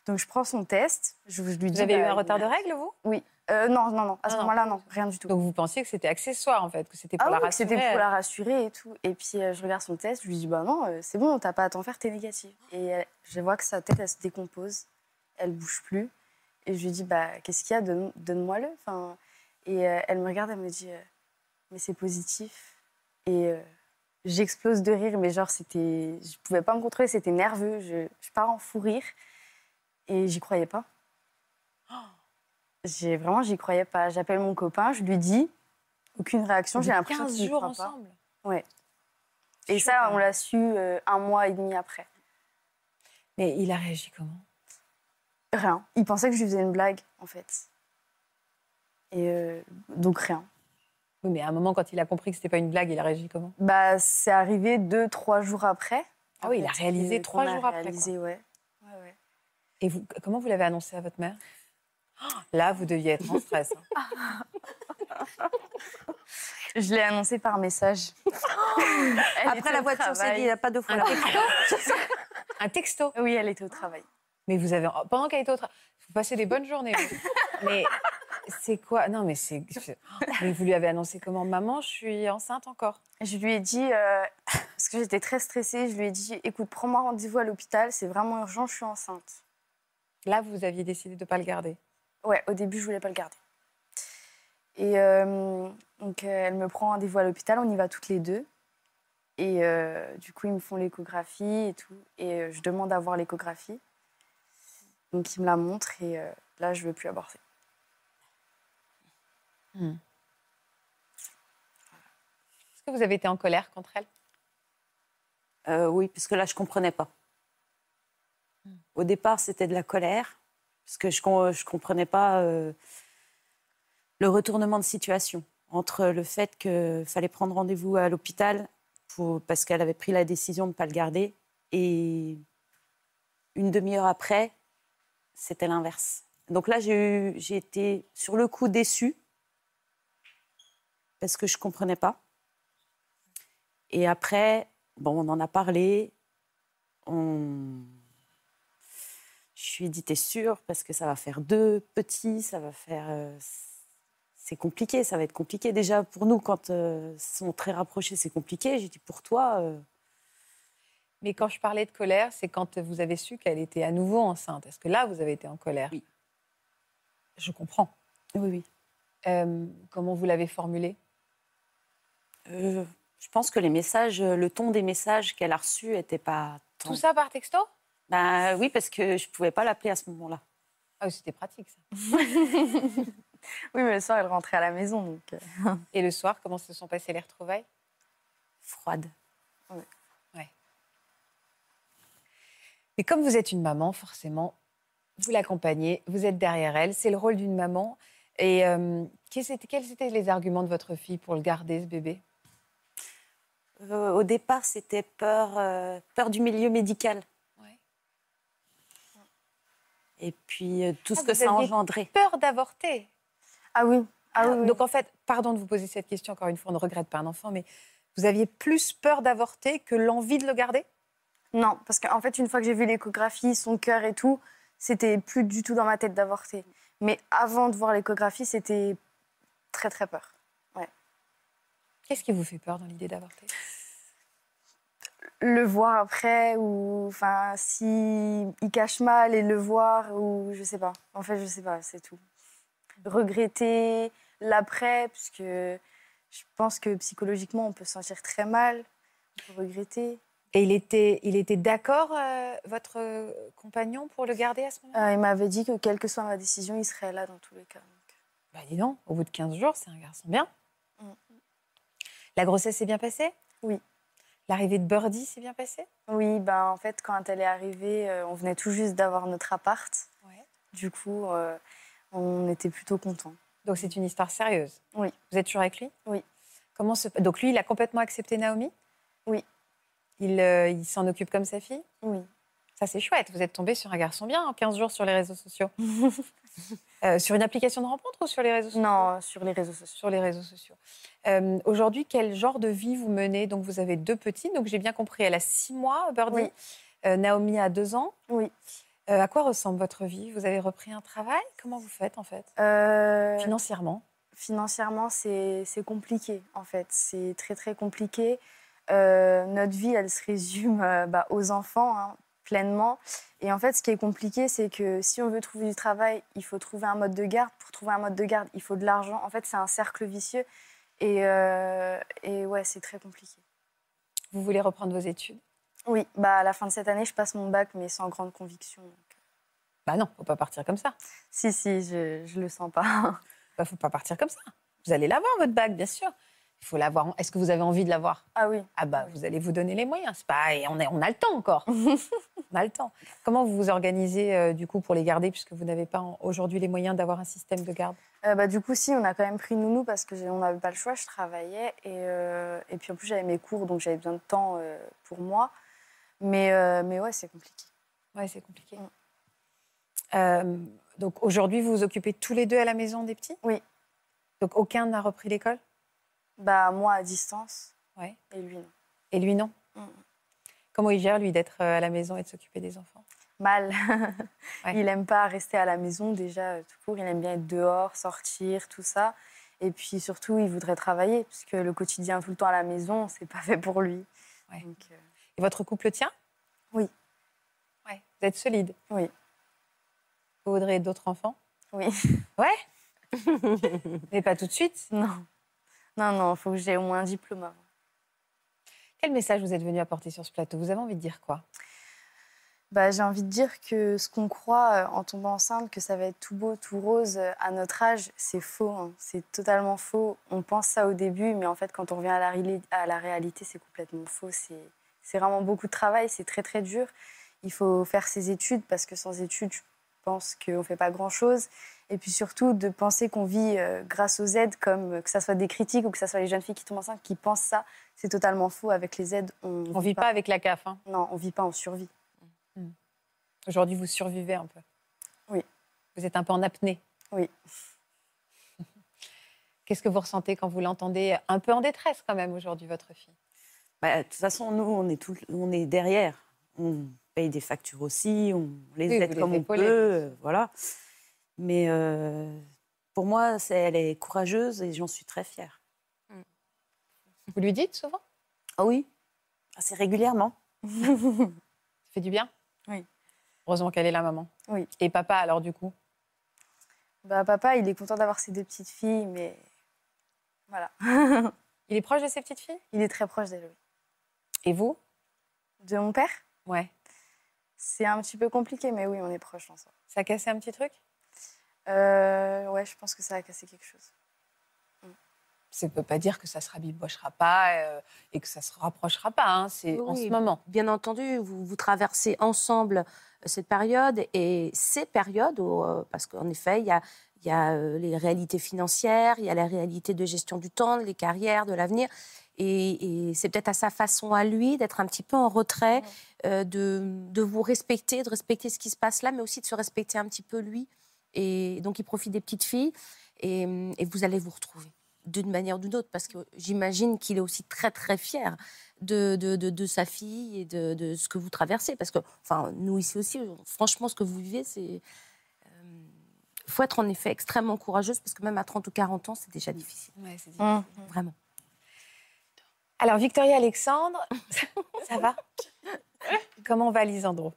Donc je prends son test, je, je lui dis...
Vous avez eu
bah,
un retard de
il-
règles, vous
Oui. Euh, non, non, non, à ce
Ah, non.
moment-là, non, rien du tout.
Donc vous pensiez que c'était accessoire en fait, que c'était pour
Ah
la
oui, que
rassurer.
c'était pour la rassurer et tout. Et puis euh, je regarde son test, je lui dis bah non, euh, c'est bon, t'as pas à t'en faire, t'es négative. Et euh, je vois que sa tête elle se décompose, elle bouge plus. Et je lui dis bah qu'est-ce qu'il y a, Donne- donne-moi-le. Enfin, et euh, elle me regarde, elle me dit euh, mais c'est positif. Et euh, j'explose de rire, mais genre c'était, je pouvais pas me contrôler, c'était nerveux, je, je pars en fou rire. Et j'y croyais pas. J'ai vraiment, j'y croyais pas. J'appelle mon copain, je lui dis, aucune réaction, j'ai l'impression que
15
je
jours
crois
ensemble.
Pas. Ouais. Et ça, on l'a su euh, un mois et demi après.
Mais il a réagi comment
Rien. Il pensait que je lui faisais une blague, en fait. Et euh, donc rien.
Oui, mais à un moment, quand il a compris que c'était pas une blague, il a réagi comment
Bah, c'est arrivé deux, trois jours après.
Ah
en
oui, il a
fait,
réalisé
qu'on
trois
a
jours après,
réalisé, ouais. Ouais, ouais.
Et vous, comment vous l'avez annoncé à votre mère Oh, Là, vous deviez être en stress. hein.
Je l'ai annoncé par message.
Après la voiture, c'est dit, il n'y a pas deux fois la
Un texto.
Oui, elle était au travail.
Mais vous avez oh, pendant qu'elle était au travail, vous passez des bonnes journées. vous. mais c'est quoi Non, mais c'est. c'est- oh, Mais vous lui avez annoncé comment Maman, je suis enceinte encore.
Je lui ai dit, euh, parce que j'étais très stressée, je lui ai dit écoute, prends-moi rendez-vous à l'hôpital, c'est vraiment urgent, je suis enceinte.
Là, vous aviez décidé de pas le garder.
Ouais, au début, je voulais pas le garder. Et euh, donc, euh, elle me prend rendez-vous à l'hôpital, on y va toutes les deux. Et euh, du coup, ils me font l'échographie et tout. Et euh, je demande à voir l'échographie. Donc, ils me la montrent et euh, là, je veux plus aborter.
Est-ce que vous avez été en colère contre elle
Euh, oui, parce que là, je comprenais pas. Au départ, c'était de la colère, parce que je com- je comprenais pas euh, le retournement de situation entre le fait qu'il fallait prendre rendez-vous à l'hôpital pour- parce qu'elle avait pris la décision de ne pas le garder, et une demi-heure après, c'était l'inverse. Donc là, j'ai eu- j'ai été sur le coup déçue, parce que je comprenais pas. Et après, bon, on en a parlé. On... Je lui ai dit, t'es sûre Parce que ça va faire deux petits, ça va faire... euh, C'est compliqué, ça va être compliqué. Déjà, pour nous, quand euh, ils sont très rapprochés, c'est compliqué. J'ai dit, pour toi... euh,
Mais quand je parlais de colère, c'est quand vous avez su qu'elle était à nouveau enceinte. Est-ce que là, vous avez été en colère
Oui.
Je comprends.
Oui, oui.
Euh, comment vous l'avez formulé
Euh, je pense que les messages, euh, le ton des messages qu'elle a reçus n'était pas...
Tout ça par texto
Bah, Oui, parce que je ne pouvais pas l'appeler à ce moment-là.
Ah, oui, c'était pratique ça.
Oui, mais le soir, elle rentrait à la maison. Donc, euh,
Et le soir, comment se sont passées les retrouvailles
Froide.
Mais comme vous êtes une maman, forcément, vous l'accompagnez, vous êtes derrière elle, c'est le rôle d'une maman. Et euh, quels, étaient, quels étaient les arguments de votre fille pour le garder, ce bébé
Euh, au départ, c'était peur, euh, peur du milieu médical.
Ouais.
Et puis euh, tout
Ah,
ce que
vous
ça
aviez-
engendrait.
Peur d'avorter.
Ah oui, ah oui. oui.
Donc en fait, pardon de vous poser cette question encore une fois, on ne regrette pas un enfant, mais vous aviez plus peur d'avorter que l'envie de le garder
Non, parce qu'en fait, une fois que j'ai vu l'échographie, son cœur et tout, c'était plus du tout dans ma tête d'avorter. Mais avant de voir l'échographie, c'était très très peur.
Qu'est-ce qui vous fait peur dans l'idée d'avorter
Le voir après, ou enfin, si il cache mal et le voir, ou je sais pas. En fait, je sais pas, c'est tout. Regretter l'après, puisque je pense que psychologiquement, on peut se sentir très mal, on peut regretter.
Et il était, il était d'accord, euh, votre euh, compagnon, pour le garder à ce moment-là
Euh, il m'avait dit que quelle que soit ma décision, il serait là dans tous les cas.
Bah dis donc, au bout de 15 jours, c'est un garçon bien.
Mm.
La La grossesse s'est bien passée
Oui.
L'arrivée de Birdie s'est bien passée
Oui, ben, en fait, quand elle est arrivée, euh, on venait tout juste d'avoir notre appart. Du coup, euh, on était plutôt contents.
Donc c'est une histoire sérieuse.
Oui.
Vous êtes toujours avec lui
Oui.
Comment se... Donc lui, il a complètement accepté Naomi
Oui.
Il, euh, il s'en occupe comme sa fille
Oui.
Ça, c'est chouette. Vous êtes tombé sur un garçon bien en 15 jours sur les réseaux sociaux. Euh, sur une application de rencontre ou sur les réseaux sociaux
Non, sur les réseaux sociaux.
Sur les réseaux sociaux. Euh, Aujourd'hui, quel genre de vie vous menez Donc, vous avez deux petits. Donc, j'ai bien compris, elle a six mois, Birdie.
Oui.
Euh, Naomi a deux ans. Euh,
Oui.
à quoi ressemble votre vie Vous avez repris un travail Comment vous faites, en fait
Euh,
Financièrement
Financièrement, c'est c'est compliqué, en fait. C'est très, très compliqué. Euh, notre vie, elle se résume euh, bah, aux enfants, hein, pleinement. Et en fait, ce qui est compliqué, c'est que si on veut trouver du travail, il faut trouver un mode de garde. Pour trouver un mode de garde, il faut de l'argent. En fait, c'est un cercle vicieux. Et, euh, et ouais, c'est très compliqué.
Vous voulez reprendre vos études
Oui, bah, à la fin de cette année, je passe mon bac, mais sans grande conviction.
Bah non, faut pas partir comme ça.
Si, si, je, je le sens pas.
Bah, faut pas partir comme ça. Vous allez l'avoir, votre bague, bien sûr. Il faut l'avoir. en- Est-ce que vous avez envie de l'avoir
Ah oui.
Ah bah, vous allez vous donner les moyens. C'est pas... et on, est- on a le temps encore. on a le temps. Comment vous vous organisez, euh, du coup, pour les garder, puisque vous n'avez pas en- aujourd'hui les moyens d'avoir un système de garde
Euh, bah, du coup, si, on a quand même pris Nounou parce que j'ai- on n'avait pas le choix, je travaillais. Et, euh, et puis en plus, j'avais mes cours, donc j'avais besoin de temps euh, pour moi. Mais, euh, mais ouais, c'est compliqué.
Ouais, c'est compliqué.
Mm.
Euh, Donc aujourd'hui, vous vous occupez tous les deux à la maison des petits
Oui.
Donc aucun n'a repris l'école
Bah, moi à distance.
Ouais.
Et lui, non.
Et lui, non
Mm.
Comment il gère, lui, d'être euh, à la maison et de s'occuper des enfants
Mal.
Ouais.
Il aime pas rester à la maison, déjà, euh, tout court. Il aime bien être dehors, sortir, tout ça. Et puis surtout, il voudrait travailler, puisque le quotidien tout le temps à la maison, c'est pas fait pour lui. Donc, euh,
Et votre couple tient
Oui.
Ouais. Vous êtes solide
Oui.
Vous voudrez d'autres enfants
Oui.
Ouais Mais pas tout de suite
Non. Non, non, il faut que j'ai au moins un diplôme hein. avant.
Quel message vous êtes venu apporter sur ce plateau Vous avez envie de dire quoi
Bah, J'ai envie de dire que ce qu'on croit euh, en tombant enceinte, que ça va être tout beau, tout rose euh, à notre âge, c'est faux. hein. C'est totalement faux. On pense ça au début, mais en fait, quand on revient à la, réali- à la réalité, c'est complètement faux. C'est c'est vraiment beaucoup de travail, c'est très très dur. Il faut faire ses études parce que sans études, je pense qu'on ne fait pas grand-chose. Et puis surtout, de penser qu'on vit euh, grâce aux aides, comme euh, que ça soit des critiques ou que ça soit les jeunes filles qui tombent enceintes qui pensent ça, c'est totalement faux. Avec les aides, on
On vit pas avec la CAF. hein.
Non, on vit pas, on survit.
Aujourd'hui, vous survivez un peu
Oui.
Vous êtes un peu en apnée
Oui.
Qu'est-ce que vous ressentez quand vous l'entendez un peu en détresse quand même aujourd'hui, votre fille
Bah, de toute façon, nous, on est, tout, on est derrière. On paye des factures aussi, on les
Oui, vous
aide
les
comme on peut,
épaulez, bien
euh, voilà. Mais euh, pour moi, c'est- elle est courageuse et j'en suis très fière.
Vous lui dites souvent
Ah oui, assez régulièrement.
Ça fait du bien
Oui.
Heureusement qu'elle est là, maman.
Oui.
Et papa, alors, du coup
Bah, papa, il est content d'avoir ses deux petites filles, mais voilà.
Il est proche de ses petites filles
Il est très proche d'elle, oui.
Et vous
De mon père
Ouais.
C'est un petit peu compliqué, mais oui, on est proches ensemble.
Ça a cassé un petit truc
Euh, ouais, je pense que ça a cassé quelque chose.
Ça ne peut pas dire que ça se rabibochera pas euh, et que ça se rapprochera pas. hein. C'est en
Oui,
ce moment.
Bien entendu, vous, vous traversez ensemble euh, cette période et ces périodes, où, euh, parce qu'en effet, il y a, il y a, euh, les réalités financières, il y a la réalité de gestion du temps, les carrières, de l'avenir. Et, et c'est peut-être à sa façon à lui d'être un petit peu en retrait, euh, de, de vous respecter, de respecter ce qui se passe là, mais aussi de se respecter un petit peu lui. Et donc, il profite des petites filles et, et vous allez vous retrouver d'une manière ou d'une autre, parce que j'imagine qu'il est aussi très, très fier de, de, de- de sa fille et de, de ce que vous traversez. Parce que, enfin, nous ici aussi, franchement, ce que vous vivez, c'est. Il faut être en effet extrêmement courageuse, parce que même à 30 ou 40 ans, c'est déjà difficile.
Ouais, c'est
Mm.
Mmh. Vraiment.
Alors, Victoria Alexandre, ça va Comment va Lisandro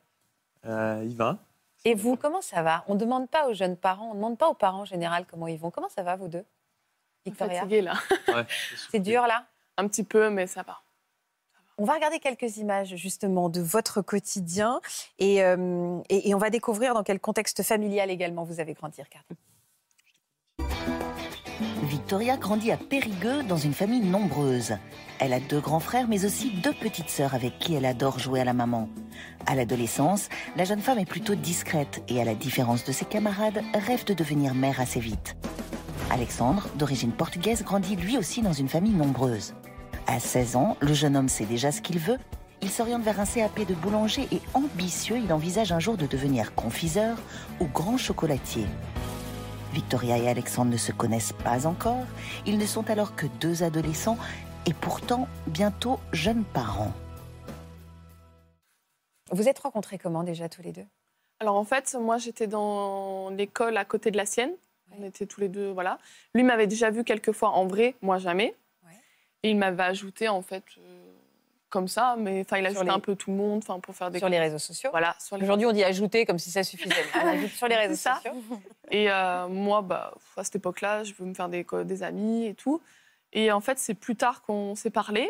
Euh, il va.
Et vous, comment ça va On ne demande pas aux jeunes parents, on ne demande pas aux parents en général comment ils vont. Comment ça va, vous deux Victoria
Fatiguée là.
C'est dur là
Un petit peu, mais ça va.
On va regarder quelques images justement de votre quotidien et, euh, et- et on va découvrir dans quel contexte familial également vous avez grandi. Regardez.
Victoria grandit à Périgueux dans une famille nombreuse. Elle a deux grands frères mais aussi deux petites sœurs avec qui elle adore jouer à la maman. À l'adolescence, la jeune femme est plutôt discrète et à la différence de ses camarades, rêve de devenir mère assez vite. Alexandre, d'origine portugaise, grandit lui aussi dans une famille nombreuse. À 16 ans, le jeune homme sait déjà ce qu'il veut. Il s'oriente vers un CAP de boulanger et ambitieux, il envisage un jour de devenir confiseur ou grand chocolatier. Victoria et Alexandre ne se connaissent pas encore. Ils ne sont alors que deux adolescents et pourtant bientôt jeunes parents.
Vous êtes rencontrés comment déjà tous les deux
Alors en fait, moi j'étais dans l'école à côté de la sienne. On était tous les deux, voilà. Lui m'avait déjà vu quelques fois en vrai, moi jamais. Et il m'avait ajouté en fait euh, comme ça, mais enfin il
Sur
ajoutait
les-
un peu tout le monde, enfin pour faire des
sur les réseaux sociaux.
Voilà. sur les-
Aujourd'hui, on dit ajouter comme si ça suffisait. On ajoute sur les réseaux
C'est ça.
sociaux.
Et euh, moi, bah, à cette époque-là, je veux me faire des, co- des amis et tout. Et en fait, c'est plus tard qu'on s'est parlé.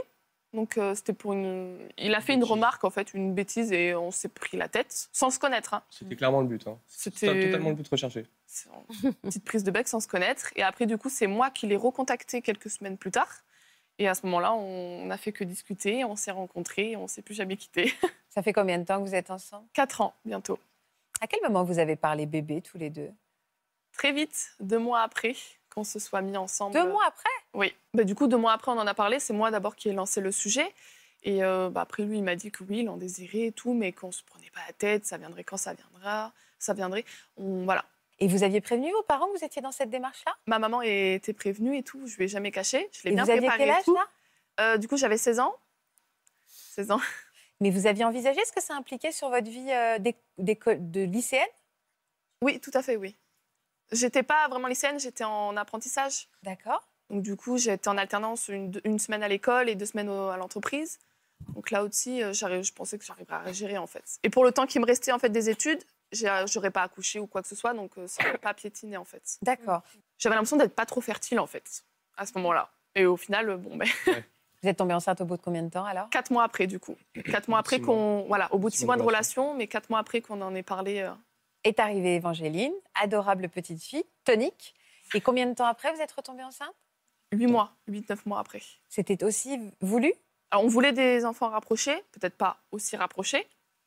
Donc, euh, c'était pour une. Il a fait une remarque, en fait, une bêtise, et on s'est pris la tête, sans se connaître. hein.
C'était clairement le but. Hein.
C'était-
totalement le but recherché.
Petite prise de bec sans se connaître. Et après, du coup, c'est moi qui l'ai recontacté quelques semaines plus tard. Et à ce moment-là, on n'a fait que discuter, on s'est rencontrés, et on ne s'est plus jamais quittés.
Ça fait combien de temps que vous êtes ensemble
Quatre ans, bientôt.
À quel moment vous avez parlé bébé tous les deux
Très vite, deux mois après, qu'on se soit mis ensemble.
Deux mois après
Oui. Bah, du coup, deux mois après, on en a parlé. C'est moi d'abord qui ai lancé le sujet. Et euh, bah, après, lui, il m'a dit que oui, il en désirait et tout, mais qu'on ne se prenait pas la tête, ça viendrait quand ça viendra, ça viendrait. On, voilà.
Et vous aviez prévenu vos parents que vous étiez dans cette démarche-là
Ma maman était prévenue et tout, je lui ai jamais caché. Je l'ai
Et
bien
vous aviez
préparé
quel
et
âge,
tout.
là
Euh, Du coup, j'avais 16 ans. 16 ans.
Mais vous aviez envisagé ce que ça impliquait sur votre vie euh, d'é- d'éco- de lycéenne
Oui, tout à fait, oui. J'étais pas vraiment lycéenne, j'étais en apprentissage.
D'accord.
Donc du coup, j'étais en alternance une, une semaine à l'école et deux semaines au- à l'entreprise. Donc là aussi, euh, j'arrive- je pensais que j'arriverais à gérer en fait. Et pour le temps qui me restait en fait des études, j'ai- euh, j'aurais pas accouché ou quoi que ce soit, donc euh, ça n'aurait pas piétiné en fait.
D'accord.
J'avais l'impression d'être pas trop fertile en fait à ce moment-là. Et au final, euh, bon ben.
Vous êtes tombée enceinte au bout de combien de temps alors
Quatre mois après du coup. Quatre mois après
Six
qu'on, voilà, au bout de
Six
six
mois de
mois de relation, mais quatre mois après qu'on en ait parlé. euh,
Est arrivée Évangéline, adorable petite fille, tonique. Et combien de temps après vous êtes retombée enceinte
Huit mois, huit, neuf mois après.
C'était aussi voulu
Alors, on voulait des enfants rapprochés, peut-être pas aussi rapprochés.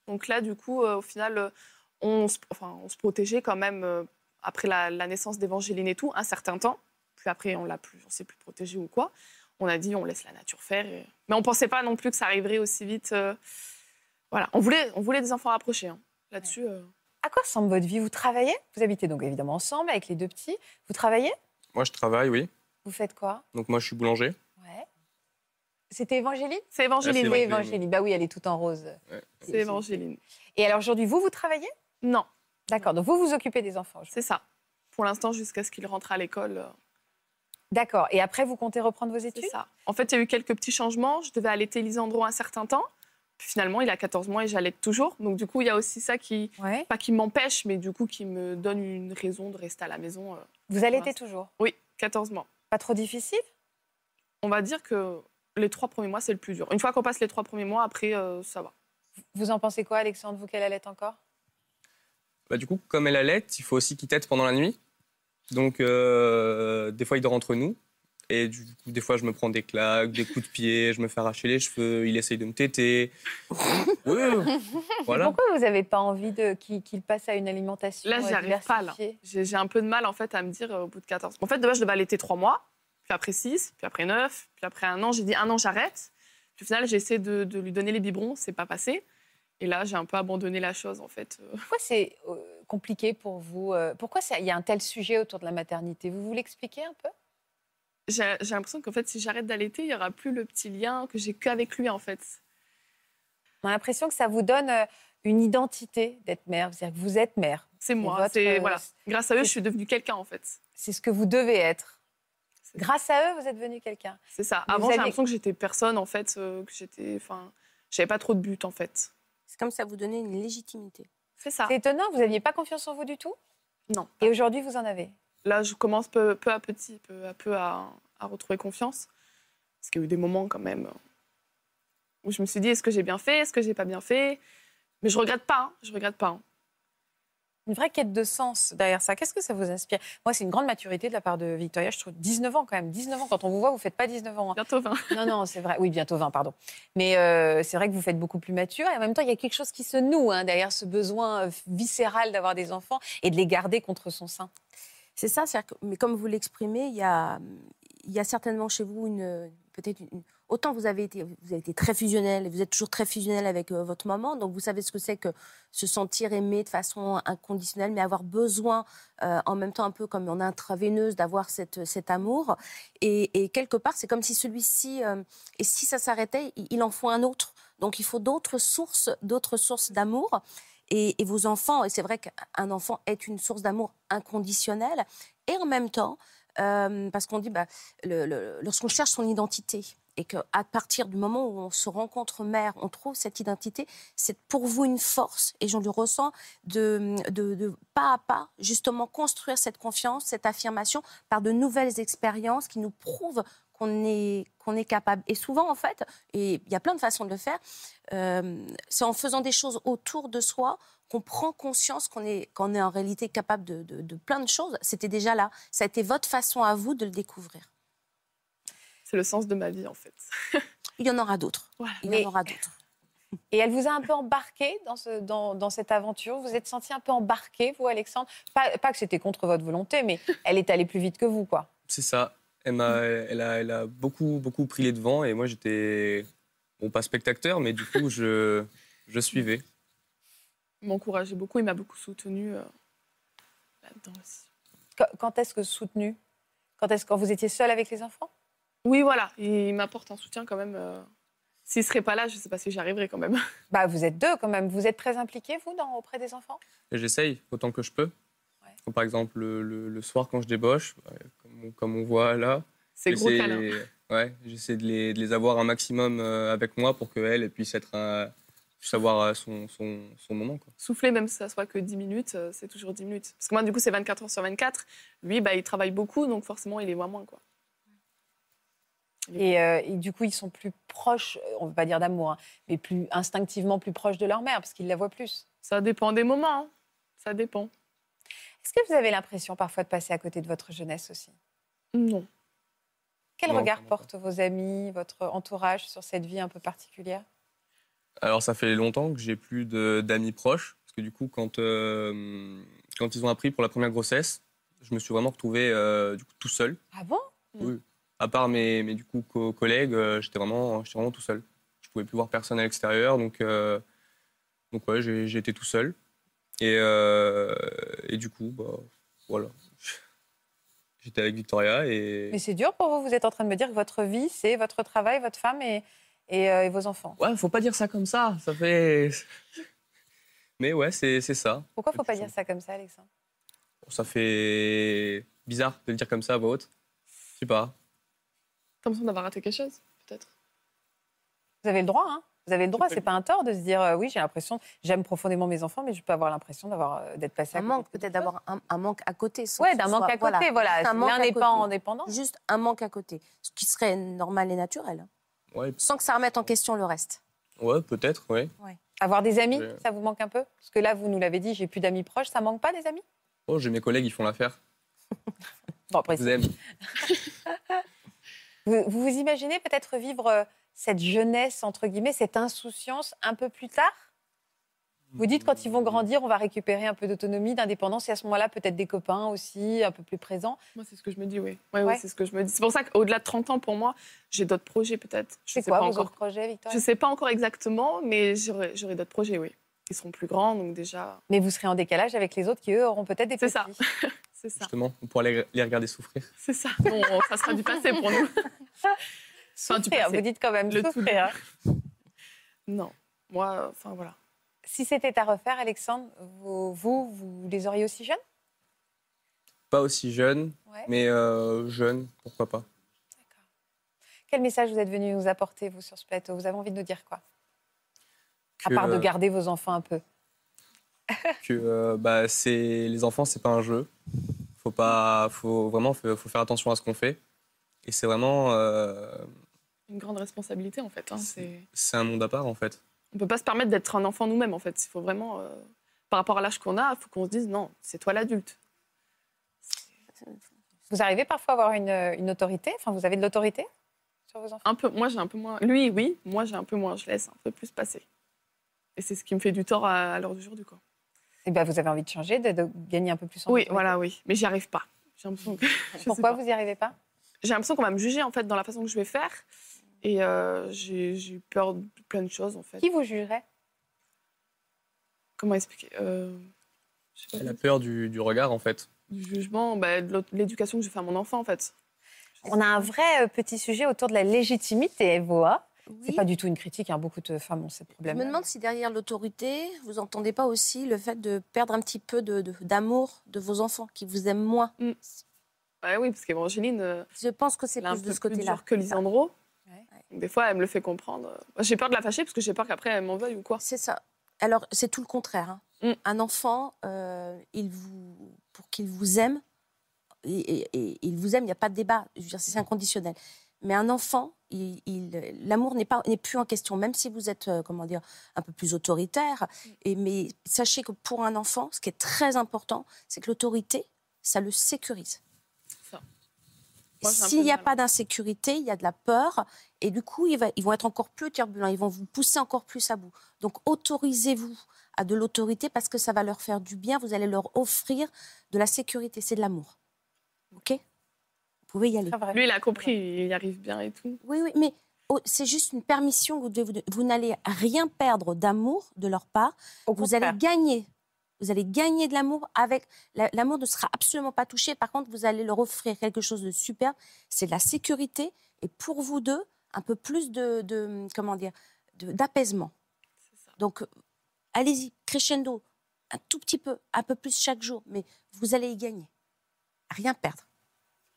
Donc là, du coup, euh, au final, euh, on se, enfin, on se protégeait quand même euh, après la, la naissance d'Évangéline et tout, un certain temps. Puis après, on l'a plus, on s'est plus protégé ou quoi. On a dit, on laisse la nature faire. et- Mais on pensait pas non plus que ça arriverait aussi vite. euh, Voilà, on voulait, on voulait des enfants rapprochés. hein. Là-dessus, euh,
À quoi ressemble votre vie Vous travaillez Vous habitez donc évidemment ensemble avec les deux petits. Vous travaillez
Moi, je travaille, oui.
Vous faites quoi
Donc, moi, je suis boulanger.
C'était Évangéline
C'est
Évangéline. Ah, c'est
Oui,
Évangéline.
Évangéline. Bah oui, elle est toute en rose.
c'est Évangéline.
Et alors aujourd'hui, vous, vous travaillez
Non.
D'accord, donc vous vous occupez des enfants.
C'est ça. Pour l'instant, jusqu'à ce qu'il rentre à l'école. euh,
D'accord, et après, vous comptez reprendre vos études
C'est ça. En fait, il y a eu quelques petits changements. Je devais allaiter Lisandro un certain temps. Puis finalement, il a 14 mois et j'allaite toujours. Donc, du coup, il y a aussi ça qui, pas qui m'empêche, mais du coup, qui me donne une raison de rester à la maison. euh.
Vous allaitez toujours
Oui, 14 mois.
Pas trop difficile
On va dire que les trois premiers mois, c'est le plus dur. Une fois qu'on passe les trois premiers mois, après, euh, ça va.
Vous en pensez quoi, Alexandre Vous qu'elle allait encore
Bah, du coup, comme elle allait, il faut aussi qu'il tète pendant la nuit. Donc, euh, des fois, il dort entre nous. Et du coup, des fois, je me prends des claques, des coups de pied, je me fais arracher les cheveux, il essaye de me téter. Oui, voilà.
Pourquoi vous n'avez pas envie de qu'il qu'il passe à une alimentation
Là, j'y
euh,
arrive pas. là.
diversifiée
J'ai j'ai un peu de mal, en fait, à me dire euh, au bout de 14 En fait, de base, je devais allaiter trois mois, puis après 6, puis après 9, puis après un an. J'ai dit un an, j'arrête. Puis au final, j'ai essayé de, de lui donner les biberons, c'est pas passé. Et là, j'ai un peu abandonné la chose, en fait. Euh,
Pourquoi c'est euh, compliqué pour vous euh, Pourquoi ça- il y a un tel sujet autour de la maternité Vous vous l'expliquez un peu
J'ai j'ai l'impression qu'en fait, si j'arrête d'allaiter, il y aura plus le petit lien que j'ai qu'avec lui, en fait.
On a l'impression que ça vous donne euh, une identité d'être mère. C'est-à-dire que vous êtes mère.
C'est moi.
votre,
c'est-
euh,
voilà. Grâce à eux, je suis devenue quelqu'un, en fait.
C'est ce que vous devez être. Grâce à eux, vous êtes devenu quelqu'un.
C'est ça.
Mais
Avant,
vous
j'ai
avez-
l'impression que j'étais personne, en fait, euh, que j'étais. Enfin, j'avais pas trop de but, en fait.
C'est comme ça vous donnez une légitimité.
C'est ça.
C'est étonnant, vous n'aviez pas confiance en vous du tout
Non.
Et aujourd'hui, vous en avez
Là, je commence peu, peu à petit, peu à peu à, à retrouver confiance. Parce qu'il y a eu des moments, quand même, euh, où je me suis dit est-ce que j'ai bien fait Est-ce que j'ai pas bien fait Mais je regrette pas. hein, Je regrette pas. hein.
une vraie quête de sens derrière ça. Qu'est-ce que ça vous inspire Moi, c'est une grande maturité de la part de Victoria. Je trouve 19 ans quand même. 19 ans, quand on vous voit, vous ne faites pas 19 ans. hein.
Bientôt 20.
Non, non, c'est vrai. Oui, bientôt 20, pardon. Mais euh, c'est vrai que vous faites beaucoup plus mature. Et en même temps, il y a quelque chose qui se noue hein, derrière ce besoin euh, viscéral d'avoir des enfants et de les garder contre son sein.
C'est ça, c'est-à-dire que- mais comme vous l'exprimez, il y a, il y a certainement chez vous une peut-être une- autant vous avez été vous avez été très fusionnel et vous êtes toujours très fusionnel avec euh, votre maman, donc vous savez ce que c'est que se sentir aimé de façon inconditionnelle, mais avoir besoin euh, en même temps un peu comme en intraveineuse d'avoir cette, cet amour et, et quelque part c'est comme si celui-ci euh, et si ça s'arrêtait, il, il en faut un autre. Donc il faut d'autres sources, d'autres sources d'amour. Et, et vos enfants, et c'est vrai qu'un enfant est une source d'amour inconditionnelle, et en même temps, euh, parce qu'on dit, bah, le- le- lorsqu'on cherche son identité, et qu'à partir du moment où on se rencontre mère, on trouve cette identité, c'est pour vous une force, et j'en le ressens, de, de- de pas à pas, justement, construire cette confiance, cette affirmation, par de nouvelles expériences qui nous prouvent qu'on est, qu'on est capable. Et souvent, en fait, et il y a plein de façons de le faire, euh, c'est en faisant des choses autour de soi qu'on prend conscience qu'on est, qu'on est en réalité capable de, de- de plein de choses. C'était déjà là. Ça a été votre façon à vous de le découvrir.
C'est le sens de ma vie, en fait.
Il y en aura d'autres. Il y en aura d'autres.
Et elle vous a un peu embarqué dans, ce- dans, dans cette aventure Vous vous êtes senti un peu embarqué, vous, Alexandre pas, pas que c'était contre votre volonté, mais elle est allée plus vite que vous, quoi.
C'est ça. Elle m'a- elle a, elle a beaucoup, beaucoup pris les devants et moi j'étais, bon pas spectateur, mais du coup je, je suivais.
Il m'encourageait beaucoup, il m'a beaucoup soutenu là-dedans aussi.
Quand, quand est-ce que soutenu Quand est-ce quand vous étiez seul avec les enfants
Oui, voilà, il m'apporte un soutien quand même. euh, S'il serait pas là, je sais pas si j'y arriverais quand même.
Bah, vous êtes deux quand même. Vous êtes très impliqués, vous, dans, auprès des enfants
Et j'essaye autant que je peux. Comme Par exemple, le, le- le soir quand je débauche, bah, comme, on- comme on voit là.
C'est gros
j'essaie-
câlin.
Ouais, j'essaie de les, de les avoir un maximum euh, avec moi pour qu'elles puissent être un- puissent avoir euh, son, son, son moment. Quoi.
Souffler, même si ça soit que 10 minutes, euh, c'est toujours 10 minutes. Parce que moi, du coup, c'est 24 heures sur 24. Lui, bah, il travaille beaucoup, donc forcément, il est moins moins, quoi.
et, euh, et du coup, ils sont plus proches, euh, on ne veut pas dire d'amour, hein, mais plus instinctivement plus proches de leur mère, parce qu'ils la voient plus.
Ça dépend des moments. hein. Ça dépend.
Est-ce que vous avez l'impression parfois de passer à côté de votre jeunesse aussi
Non.
Quel
Non,
regard
vraiment
portent vos amis, votre entourage sur cette vie un peu particulière
Alors, ça fait longtemps que j'ai plus de- d'amis proches. Parce que du coup, quand, euh, quand ils ont appris pour la première grossesse, je me suis vraiment retrouvé euh, du coup, tout seul.
Ah bon
Oui. À part mes, mes du coup, co- collègues, euh, j'étais vraiment, j'étais vraiment tout seul. Je pouvais plus voir personne à l'extérieur. Donc, euh, donc ouais, j'ai j'ai été tout seul. Et, euh, et du coup, bah, voilà. J'étais avec Victoria et.
Mais c'est dur pour vous, vous êtes en train de me dire que votre vie, c'est votre travail, votre femme et, et, euh, et vos enfants.
Ouais, faut pas dire ça comme ça. Ça fait. Mais ouais, c'est c'est ça.
Pourquoi faut pas dire ça comme ça, Alexandre
Ça fait bizarre de le dire comme ça à voix haute. Je sais pas.
T'as l'impression d'avoir raté quelque chose, peut-être
Vous avez le droit, hein Vous avez le droit, c'est pas un tort de se dire euh, oui, j'ai l'impression, j'aime profondément mes enfants, mais je peux avoir l'impression d'avoir euh, d'être passé à
Un
côté.
manque, peut-être d'avoir un, un manque à côté. sans
Ouais,
que
d'un
ce
manque
soit-
à côté, voilà.
Juste un manque
L'un
à
n'est pas
côté.
indépendant.
Juste un manque à côté. Ce qui serait normal et naturel.
Ouais,
Sans que ça remette en question le reste.
ouais peut-être, ouais.
Avoir des amis,
Ouais.
ça vous manque un peu Parce que là, vous nous l'avez dit, j'ai plus d'amis proches, ça manque pas des amis
Oh, j'ai mes collègues, ils font l'affaire.
Bon, après,
Je vous aime.
Vous vous, vous imaginez peut-être vivre euh, cette jeunesse, entre guillemets, cette insouciance un peu plus tard Vous dites quand ils vont grandir, on va récupérer un peu d'autonomie, d'indépendance et à ce moment-là, peut-être des copains aussi, un peu plus présents.
Moi, c'est ce que je me dis, oui. Ouais, ouais, c'est ce que je me dis. C'est pour ça qu'au-delà de 30 ans, pour moi, j'ai d'autres projets, peut-être. Je
C'est
sais
quoi
pas
vos
encore.
autres projets, Victoria
Je sais pas encore exactement, mais j'aurai j'aurai d'autres projets, oui. Ils seront plus grands, donc déjà.
Mais vous serez en décalage avec les autres qui, eux, auront peut-être des petits.
C'est ça.
Justement, on pourra les, les regarder souffrir.
C'est ça. Bon, ça sera du passé pour nous. Enfin, du
Souffrir,
passé.
hein, vous dites quand même hein.
Le tout
souffrir.
Non. Moi, euh, enfin voilà.
Si c'était à refaire, Alexandre, vous, vous, vous les auriez aussi jeunes
Pas aussi jeune,
Ouais.
mais euh, jeune, pourquoi pas.
Quel message vous êtes venu nous apporter, vous, sur ce plateau Vous avez envie de nous dire quoi À
Que,
part de
euh,
garder vos enfants un peu.
que euh, bah, c'est les enfants, c'est pas un jeu. Faut pas, faut vraiment, faut, faut faire attention à ce qu'on fait. Et c'est vraiment, euh,
Une grande responsabilité, en fait. hein, c'est-
c'est un monde à part en fait.
On peut pas se permettre d'être un enfant nous-mêmes, en fait. Il faut vraiment. euh, par rapport à l'âge qu'on a, il faut qu'on se dise non, c'est toi l'adulte.
Vous arrivez parfois à avoir une, une autorité Enfin, vous avez de l'autorité sur vos enfants
Un peu, moi j'ai un peu moins. Lui, oui, moi j'ai un peu moins. Je laisse un peu plus passer. Et c'est ce qui me fait du tort à, à l'heure d'aujourd'hui. quoi.
Eh ben, vous avez envie de changer, de, de gagner un peu plus en
Oui,
autorité.
voilà, oui. Mais j'y arrive pas. J'ai l'impression que- je sais
Pourquoi
pas.
vous n'y arrivez pas
J'ai l'impression qu'on va me juger en fait dans la façon que je vais faire. Et euh, j'ai j'ai eu peur de plein de choses en fait.
Qui vous jugerait
Comment expliquer Euh, je sais pas.
Elle a peur du, du regard, en fait.
Du jugement, bah, de l'autre- l'éducation que je fais à mon enfant en fait.
On a un vrai euh, petit sujet autour de la légitimité, Voa. C'est pas du tout une critique, hein. beaucoup de femmes ont ces
Je
problèmes.
me demande si derrière l'autorité, vous n'entendez pas aussi le fait de perdre un petit peu de- de- d'amour de, vos enfants qui vous aiment moins.
Ouais, Bah oui, parce qu'Évangeline.
Je pense que c'est
plus
de ce côté-là.
que Lisandro. Donc, Des fois, elle me le fait comprendre. J'ai peur de la fâcher parce que j'ai peur qu'après, elle m'en veuille ou quoi.
C'est ça. Alors, c'est tout le contraire. hein. Un enfant, euh, il vous, pour qu'il vous aime, et, et- et il vous aime, il n'y a pas de débat. Je veux dire, c'est inconditionnel. Mais un enfant, il- il- l'amour n'est pas, n'est plus en question, même si vous êtes, euh, comment dire, un peu plus autoritaire. Et mais sachez que pour un enfant, ce qui est très important, c'est que l'autorité, ça le sécurise.
Moi, j'ai un peu
S'il
de
n'y a
mal.
pas d'insécurité, il y a de la peur. Et du coup, il va- ils vont être encore plus turbulents. Ils vont vous pousser encore plus à bout. Donc, autorisez-vous à de l'autorité parce que ça va leur faire du bien. Vous allez leur offrir de la sécurité. C'est de l'amour. OK Vous pouvez y aller.
Lui, il a compris, il y arrive bien et tout.
Oui, oui, mais oh, c'est juste une permission que vous devez vous donner. Vous n'allez rien perdre d'amour de leur part. vous allez gagner. Vous allez gagner de l'amour avec. la- L'amour ne sera absolument pas touché. Par contre, vous allez leur offrir quelque chose de superbe. C'est de la sécurité et pour vous deux, un peu plus de. de- comment dire de- D'apaisement. Donc, euh, allez-y, crescendo. Un tout petit peu, un peu plus chaque jour. Mais vous allez y gagner. Rien perdre.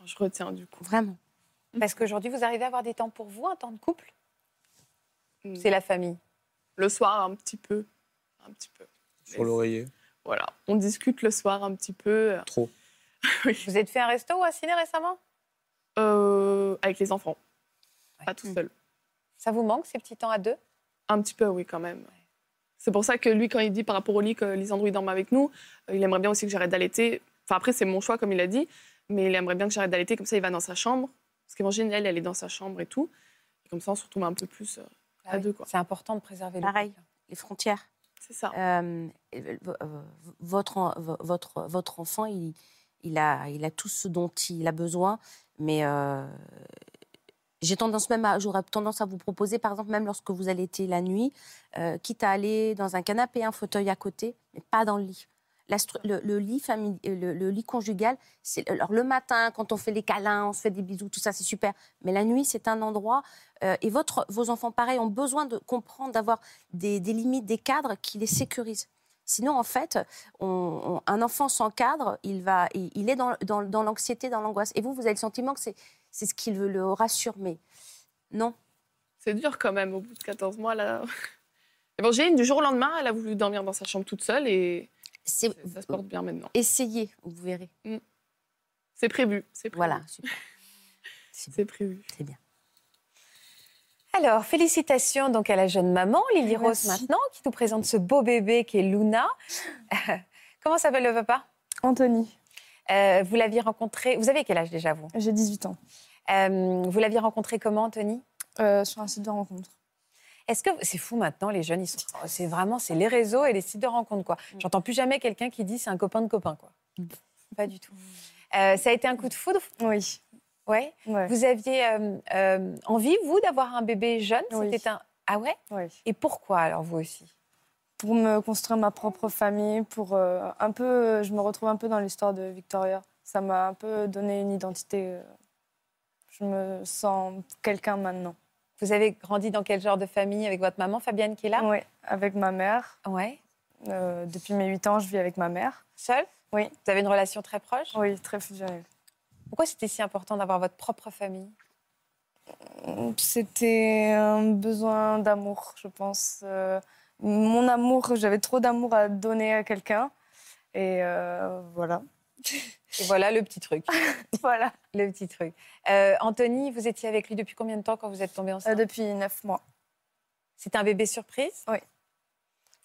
Je retiens du coup.
Vraiment.
Parce qu'aujourd'hui, vous arrivez à avoir des temps pour vous, un temps de couple
Mm.
C'est la famille.
Le soir, un petit peu. Un petit peu.
Sur l'oreiller.
Voilà. On discute le soir un petit peu.
Trop.
Vous êtes fait un resto ou un ciné récemment
Euh, Avec les enfants. Pas
Mm.
tout seul.
Ça vous manque ces petits temps à deux
Un petit peu, oui, quand même. C'est pour ça que lui, quand il dit par rapport au lit que Lisandro il dorme avec nous, euh, il aimerait bien aussi que j'arrête d'allaiter. Enfin, après, c'est mon choix, comme il a dit, mais il aimerait bien que j'arrête d'allaiter, comme ça, il va dans sa chambre. Parce qu'Évangéline, elle, elle est dans sa chambre et tout. Et comme ça, on se retrouve un peu plus euh, à deux. quoi.
C'est important de préserver
Pareil, les frontières.
C'est ça.
Euh, votre, en- vo- votre, votre enfant, il, il, a, il a tout ce dont il a besoin, mais euh, j'ai tendance même à, j'aurais tendance à vous proposer, par exemple, même lorsque vous allaitez la nuit, euh, quitte à aller dans un canapé, un fauteuil à côté, mais pas dans le lit. La stru- le, le lit famille, le, le lit conjugal, c'est alors le matin quand on fait les câlins, on se fait des bisous, tout ça c'est super. Mais la nuit, c'est un endroit euh, et votre, vos enfants pareil ont besoin de comprendre, d'avoir des, des limites, des cadres qui les sécurisent. Sinon, en fait, on- on- un enfant sans cadre, il va, il, il est dans, dans- dans l'anxiété, dans l'angoisse. Et vous, vous avez le sentiment que c'est c'est ce qui le, le rassure, mais non.
C'est dur quand même, au bout de 14 mois, là. Évangeline, du jour au lendemain, elle a voulu dormir dans sa chambre toute seule et
ça
ça se porte bien maintenant.
Essayez, vous verrez.
C'est prévu, c'est prévu.
Voilà, super.
C'est prévu.
C'est bien.
Alors, félicitations donc à la jeune maman, Lily Rose maintenant, qui nous présente ce beau bébé qui est Luna. Comment s'appelle le papa Euh,
Anthony.
vous l'aviez rencontré, vous avez quel âge déjà vous Euh,
J'ai 18 ans.
vous l'aviez rencontré comment, Anthony
Euh, Sur un site de rencontre.
Est-ce que c'est fou maintenant les jeunes ils sont oh, c'est vraiment c'est les réseaux et les sites de rencontres quoi. J'entends plus jamais quelqu'un qui dit c'est un copain de copain quoi. Mm. Pas du tout. Euh, ça a été un coup de foudre
Oui.
Ouais. Vous aviez euh, euh, envie vous d'avoir un bébé jeune C'était un ah ouais Et pourquoi alors vous aussi
Pour me construire ma propre famille, pour euh, un peu, euh, je me retrouve un peu dans l'histoire de Victoria. Ça m'a un peu donné une identité. euh, je me sens quelqu'un maintenant.
Vous avez grandi dans quel genre de famille Avec votre maman Fabienne qui est là
Oui, avec ma mère. euh,
Ouais.
depuis mes 8 ans, je vis avec ma mère.
Seule
Oui.
Vous avez une relation très proche
Oui, très fusionnelle.
Pourquoi c'était si important d'avoir votre propre famille
C'était un besoin d'amour, je pense. Euh, mon amour, j'avais trop d'amour à donner à quelqu'un. Et euh, voilà.
Et voilà le petit truc.
voilà.
Le petit truc. Euh, Anthony, vous étiez avec lui depuis combien de temps quand vous êtes tombée enceinte
Euh, Depuis neuf mois.
C'était un bébé surprise
Oui.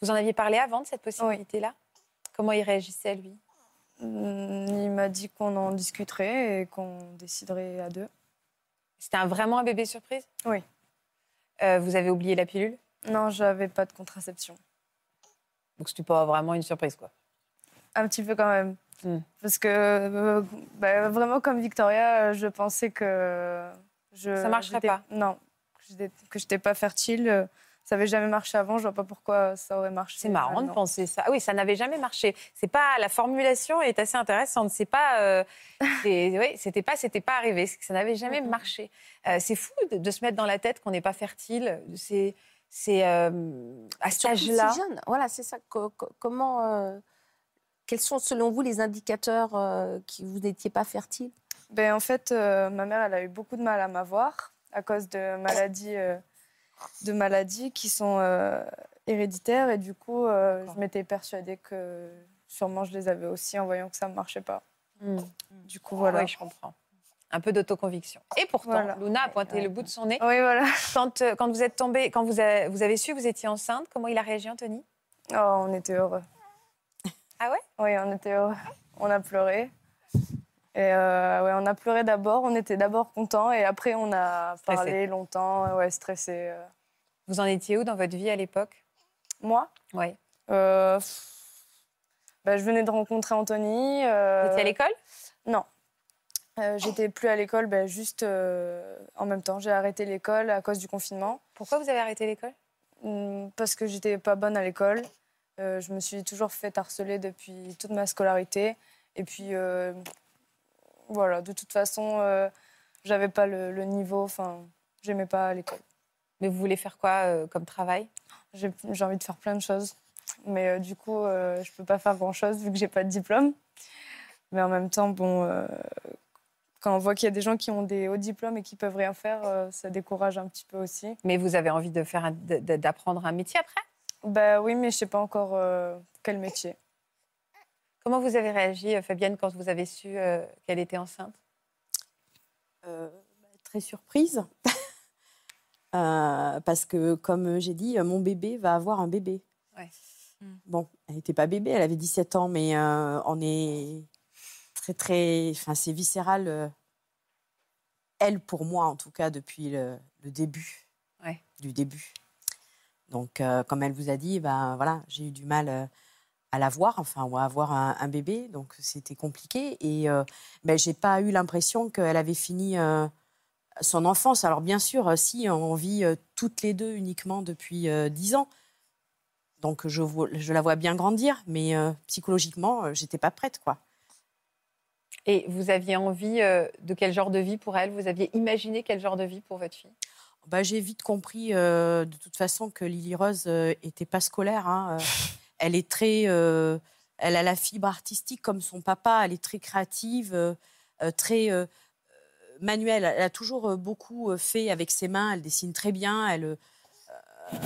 Vous en aviez parlé avant de cette possibilité-là Comment il réagissait, lui
Mm, Il m'a dit qu'on en discuterait et qu'on déciderait à deux.
C'était un- vraiment un bébé surprise
Oui.
Euh, vous avez oublié la pilule
Non, j'avais pas de contraception.
Donc c'était pas vraiment une surprise, quoi.
Un petit peu quand même.
Mm.
Parce que euh, bah, vraiment, comme Victoria, euh, je pensais que. Je,
Ça marcherait
j'étais-
pas.
Non, que j'étais- que j'étais pas fertile. euh, Ça avait jamais marché avant, je vois pas pourquoi ça aurait marché.
C'est marrant de
maintenant.
penser ça. Ah Oui, ça n'avait jamais marché. C'est pas la formulation est assez intéressante. C'est pas, euh, c'est- oui, c'était pas, c'était pas arrivé. C'est que Ça n'avait jamais marché. Euh, c'est fou de, de se mettre dans la tête qu'on n'est pas fertile. C'est, c'est euh, à cet
Surtout si
âge-là.
jeune. Voilà, c'est ça. Co- co- comment, euh, quels sont selon vous les indicateurs euh, qui vous n'étiez pas fertile
Ben, en fait, euh, ma mère, elle a eu beaucoup de mal à m'avoir à cause de maladies, euh, de maladies qui sont euh, héréditaires. Et du coup, euh, je m'étais persuadée que sûrement je les avais aussi en voyant que ça ne marchait pas. Du coup, voilà.
Oui, je comprends. Un peu d'autoconviction. Et pourtant,
Voilà. Oh.
Luna a pointé le bout de son nez.
Oui, voilà.
Quand, euh, quand vous êtes tombée, quand vous avez, vous avez su que vous étiez enceinte, comment il a réagi, Anthony
Oh, on était heureux.
Ah ouais
Oui, on était heureux. On a pleuré. Et euh, ouais, on a pleuré d'abord. On était d'abord contents et après, on a
Stressé.
parlé longtemps. Ouais, stressé. euh.
Vous en étiez où dans votre vie à l'époque
Moi
Ouais.
Euh, pff, bah, je venais de rencontrer Anthony. euh,
Vous étiez à l'école
Non. Euh, J'étais plus à l'école, bah, juste euh, en même temps. J'ai arrêté l'école à cause du confinement.
Pourquoi vous avez arrêté l'école
Hum, Parce que j'étais pas bonne à l'école. Euh, je me suis toujours fait harceler depuis toute ma scolarité. Et puis, euh, voilà, de toute façon, euh, j'avais pas le, le niveau. Enfin, j'aimais pas l'école.
Mais vous voulez faire quoi euh, comme travail
J'ai j'ai envie de faire plein de choses. Mais euh, du coup, euh, je peux pas faire grand-chose vu que j'ai pas de diplôme. Mais en même temps, bon, euh, quand on voit qu'il y a des gens qui ont des hauts diplômes et qui peuvent rien faire, euh, ça décourage un petit peu aussi.
Mais vous avez envie de faire un- de- de- d'apprendre un métier après
Bah oui, mais je sais pas encore euh, quel métier.
Comment vous avez réagi, euh, Fabienne, quand vous avez su euh, qu'elle était enceinte
Euh, bah, très surprise. Euh, parce que, comme j'ai dit, mon bébé va avoir un bébé. Bon, elle n'était pas bébé, elle avait 17 ans, mais euh, on est très, très. Enfin, c'est viscéral. euh, elle, pour moi, en tout cas, depuis le, le début.
Ouais.
Du début. Donc, euh, comme elle vous a dit, ben, voilà, j'ai eu du mal euh, à la voir, enfin, ou à avoir un, un bébé, donc c'était compliqué. Et euh, ben, j'ai pas eu l'impression qu'elle avait fini euh, son enfance. Alors, bien sûr, euh, si on vit euh, toutes les deux uniquement depuis euh, 10 ans, donc je, vois- je la vois bien grandir, mais euh, psychologiquement, euh, j'étais pas prête, quoi.
Et vous aviez envie euh, de quel genre de vie pour elle Vous aviez imaginé quel genre de vie pour votre fille
Bah, j'ai vite compris euh, de toute façon que Lily Rose n'était pas scolaire. hein, euh. elle est très, euh, elle a la fibre artistique comme son papa. Elle est très créative, euh, euh, très euh, euh, manuelle. Elle a toujours euh, beaucoup euh, fait avec ses mains. Elle dessine très bien. Elle, euh, euh,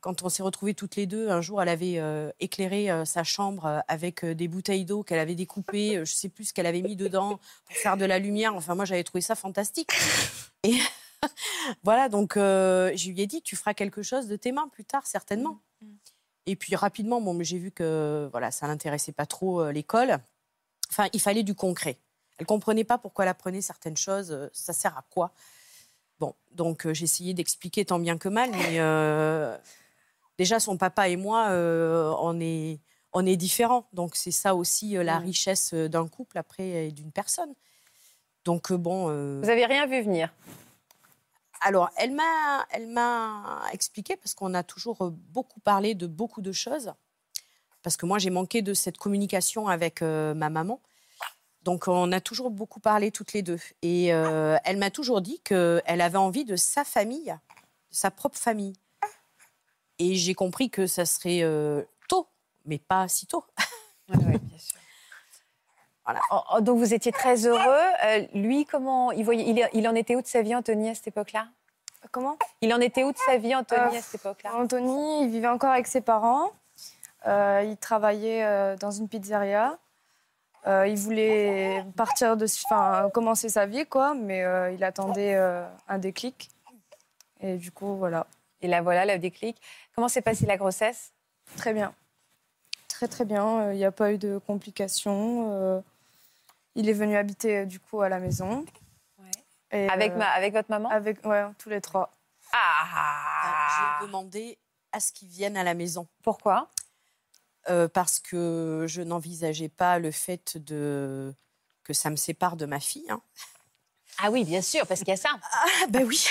quand on s'est retrouvés toutes les deux, un jour, elle avait euh, éclairé euh, sa chambre euh, avec euh, des bouteilles d'eau qu'elle avait découpées. euh, je sais plus ce qu'elle avait mis dedans pour faire de la lumière. Enfin, moi, j'avais trouvé ça fantastique. Et voilà, donc euh, je lui ai dit, tu feras quelque chose de tes mains plus tard, certainement. Et puis rapidement, bon, mais j'ai vu que voilà, ça l'intéressait pas trop euh, l'école. Enfin, il fallait du concret. Elle comprenait pas pourquoi elle apprenait certaines choses. euh, ça sert à quoi Bon, donc euh, j'ai essayé d'expliquer tant bien que mal, mais euh, déjà son papa et moi, euh, on est on est différents. Donc c'est ça aussi euh, la richesse euh, d'un couple après et d'une personne. Donc euh, bon. euh,
Vous avez rien vu venir
alors, elle m'a, elle m'a expliqué parce qu'on a toujours euh, beaucoup parlé de beaucoup de choses. Parce que moi, j'ai manqué de cette communication avec euh, ma maman. Donc, on a toujours beaucoup parlé toutes les deux. Et euh, elle m'a toujours dit qu'elle avait envie de sa famille, de sa propre famille. Et j'ai compris que ça serait euh, tôt, mais pas si tôt.
Oh, oh, Donc vous étiez très heureux. Euh, lui, comment il, voyait, il, est- il en était où de sa vie, Anthony, à cette époque-là
Comment
Il en était où de sa vie, Anthony,
Euh,
à cette époque-là
Anthony, il vivait encore avec ses parents. Euh, il travaillait euh, dans une pizzeria. Euh, il voulait partir de, enfin, commencer sa vie, quoi, mais euh, il attendait euh, un déclic. Et du coup, voilà.
Et là, voilà, le déclic. Comment s'est passée la grossesse
Très bien. très très bien. Euh, Il n'y a pas eu de complications. Euh, il est venu habiter euh, du coup à la maison. euh,
euh,
Avec ma- avec votre maman
Avec, ouais, tous les trois.
Ah J'ai demandé à ce qu'ils viennent à la maison.
Pourquoi
euh, Parce que je n'envisageais pas le fait de que ça me sépare de ma fille. hein.
Ah oui, bien sûr, parce qu'il y a ça.
Ah ben oui.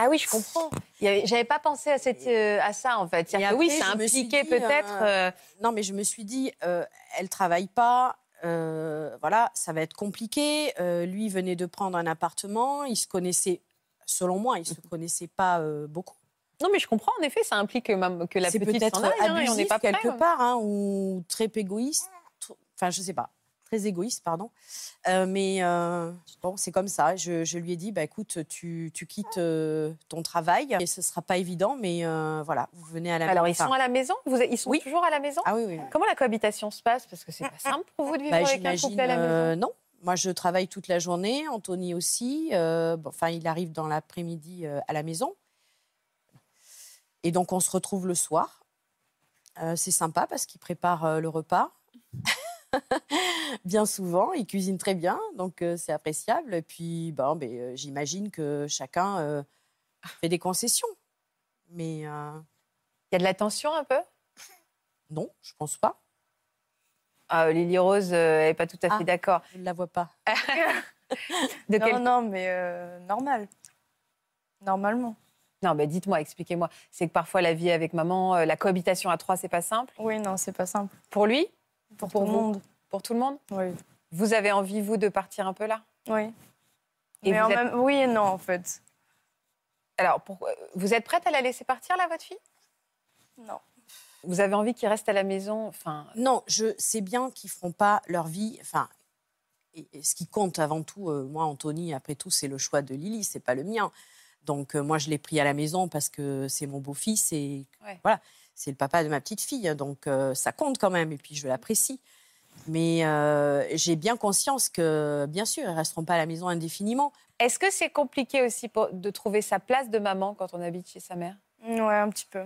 Ah oui, je comprends. Il y avait- J'avais pas pensé à, cette, euh, à ça en fait. C'est-à-dire que oui,
Après,
ça
je me suis
impliquait
dit,
peut-être.
euh,
euh,
Non, mais je me suis dit, euh, elle travaille pas. euh, voilà, ça va être compliqué. Euh, lui il venait de prendre un appartement. Il se connaissait, selon moi, il se connaissait pas euh, beaucoup.
Non, mais je comprends. En effet, ça implique que, ma- que la
C'est
petite
peut-être
s'en aille, hein, et on n'est
abusif
pas prêt,
quelque
ouais.
part, hein, ou très égoïste. tr- Enfin, je sais pas, très égoïste, pardon. Euh, mais euh, bon, c'est comme ça. Je, je lui ai dit, bah écoute, tu, tu quittes euh, ton travail et ce sera pas évident, mais euh, voilà, vous venez à la.
Alors, ils
enfin,
sont à la maison Vous- Ils sont toujours à la maison
Ah oui, oui.
Comment la cohabitation se passe Parce que c'est pas simple pour vous de vivre
Bah,
avec un couple à la
j'imagine,
maison.
euh, non. Moi, je travaille toute la journée, Anthony aussi. euh, bon, enfin, il arrive dans l'après-midi euh, à la maison. Et donc, on se retrouve le soir. Euh, c'est sympa parce qu'il prépare euh, le repas. bien souvent, il cuisine très bien, donc euh, c'est appréciable. Et puis, bon, ben, euh, j'imagine que chacun euh, fait des concessions. Mais. Il
y a de la tension un peu
Non, je pense pas.
Ah, Lily Rose n'est pas tout à fait
Ah,
d'accord.
Je ne la vois pas.
De
non,
quel-
non, mais euh, normal. Normalement.
Non, mais dites-moi, expliquez-moi. C'est que parfois la vie avec maman, euh, la cohabitation à trois, c'est pas simple.
Oui, non, c'est pas simple.
Pour lui Pour,
tout le
vous
monde.
Pour tout le monde
Oui.
Vous avez envie, vous, de partir un peu là
Oui.
Et
mais
vous
en
êtes-
même... Oui et non, en fait.
Alors, pourquoi- vous êtes prête à la laisser partir, là, votre fille
Non.
Vous avez envie qu'il reste à la maison enfin...
Non, je sais bien qu'ils feront pas leur vie. Enfin, et- et ce qui compte avant tout, euh, moi, Anthony, après tout, c'est le choix de Lily, c'est pas le mien. Donc euh, moi, je l'ai pris à la maison parce que c'est mon beau-fils et
Ouais.
voilà, c'est le papa de ma petite fille. Donc euh, ça compte quand même et puis je l'apprécie. Mais euh, j'ai bien conscience que, bien sûr, ils resteront pas à la maison indéfiniment.
Est-ce que c'est compliqué aussi pour- de trouver sa place de maman quand on habite chez sa mère
Ouais, un petit peu.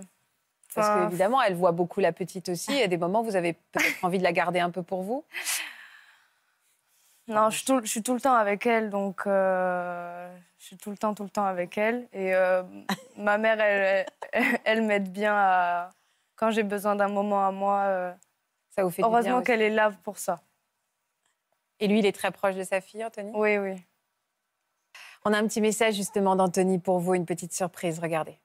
Parce
Enfin,
qu'évidemment, elle voit beaucoup la petite aussi. Et à des moments, vous avez peut-être envie de la garder un peu pour vous.
Non, je suis, tout, je suis tout le temps avec elle, donc euh, je suis tout le temps, tout le temps avec elle. Et euh, ma mère, elle, elle, elle m'aide bien à- quand j'ai besoin d'un moment à moi. euh,
Ça vous fait du bien
Heureusement
aussi.
qu'elle est là pour ça.
Et lui, il est très proche de sa fille, Anthony
Oui, oui.
On a un petit message justement d'Anthony pour vous, une petite surprise. Regardez.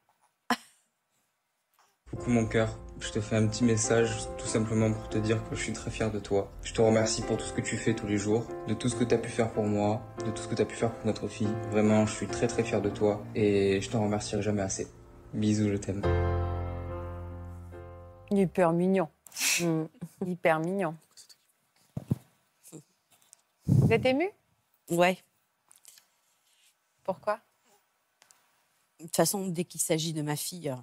Coucou mon cœur, je te fais un petit message tout simplement pour te dire que je suis très fier de toi. Je te remercie pour tout ce que tu fais tous les jours, de tout ce que tu as pu faire pour moi, de tout ce que tu as pu faire pour notre fille. Vraiment, je suis très très fier de toi et je t'en remercierai jamais assez. Bisous, je t'aime.
Hyper mignon. Mm, Hyper mignon. Vous êtes ému
Ouais.
Pourquoi
De toute façon, dès qu'il s'agit de ma fille, euh,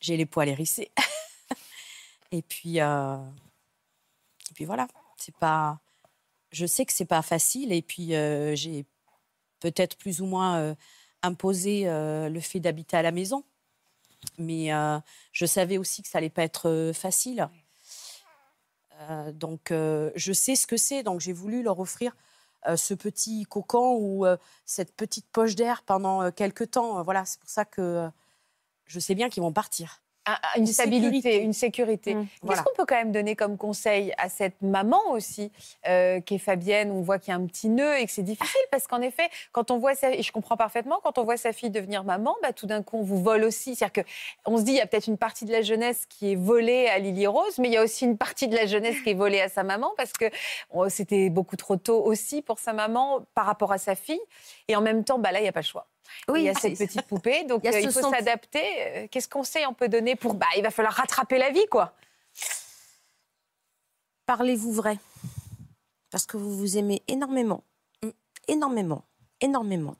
j'ai les poils hérissés. et puis, euh, et puis voilà. C'est pas. Je sais que c'est pas facile. Et puis, euh, j'ai peut-être plus ou moins euh, imposé euh, le fait d'habiter à la maison. Mais euh, je savais aussi que ça allait pas être euh, facile. Euh, donc, euh, je sais ce que c'est. Donc, j'ai voulu leur offrir euh, ce petit cocon ou euh, cette petite poche d'air pendant euh, quelques temps. Euh, voilà, c'est pour ça que euh, je sais bien qu'ils vont partir.
Ah, ah, une, stabilité, une sécurité. Mmh, Qu'est-ce
Voilà.
qu'on peut quand même donner comme conseil à cette maman aussi, euh, qui est Fabienne On voit qu'il y a un petit nœud et que c'est difficile parce qu'en effet, quand on voit sa, et je comprends parfaitement, quand on voit sa fille devenir maman, bah, tout d'un coup, on vous vole aussi. C'est-à-dire que on se dit, il y a peut-être une partie de la jeunesse qui est volée à Lily Rose, mais il y a aussi une partie de la jeunesse qui est volée à sa maman parce que oh, c'était beaucoup trop tôt aussi pour sa maman par rapport à sa fille. Et en même temps, bah là, il n'y a pas le choix.
Oui,
il y a
c'est-
cette petite poupée, donc
Il y a
euh,
ce
il faut
senti-
s'adapter. Euh, Qu'est-ce conseil on peut donner pour bah il va falloir rattraper la vie quoi.
Parlez-vous vrai. Parce que vous vous aimez énormément. Mm, Énormément. Énormément.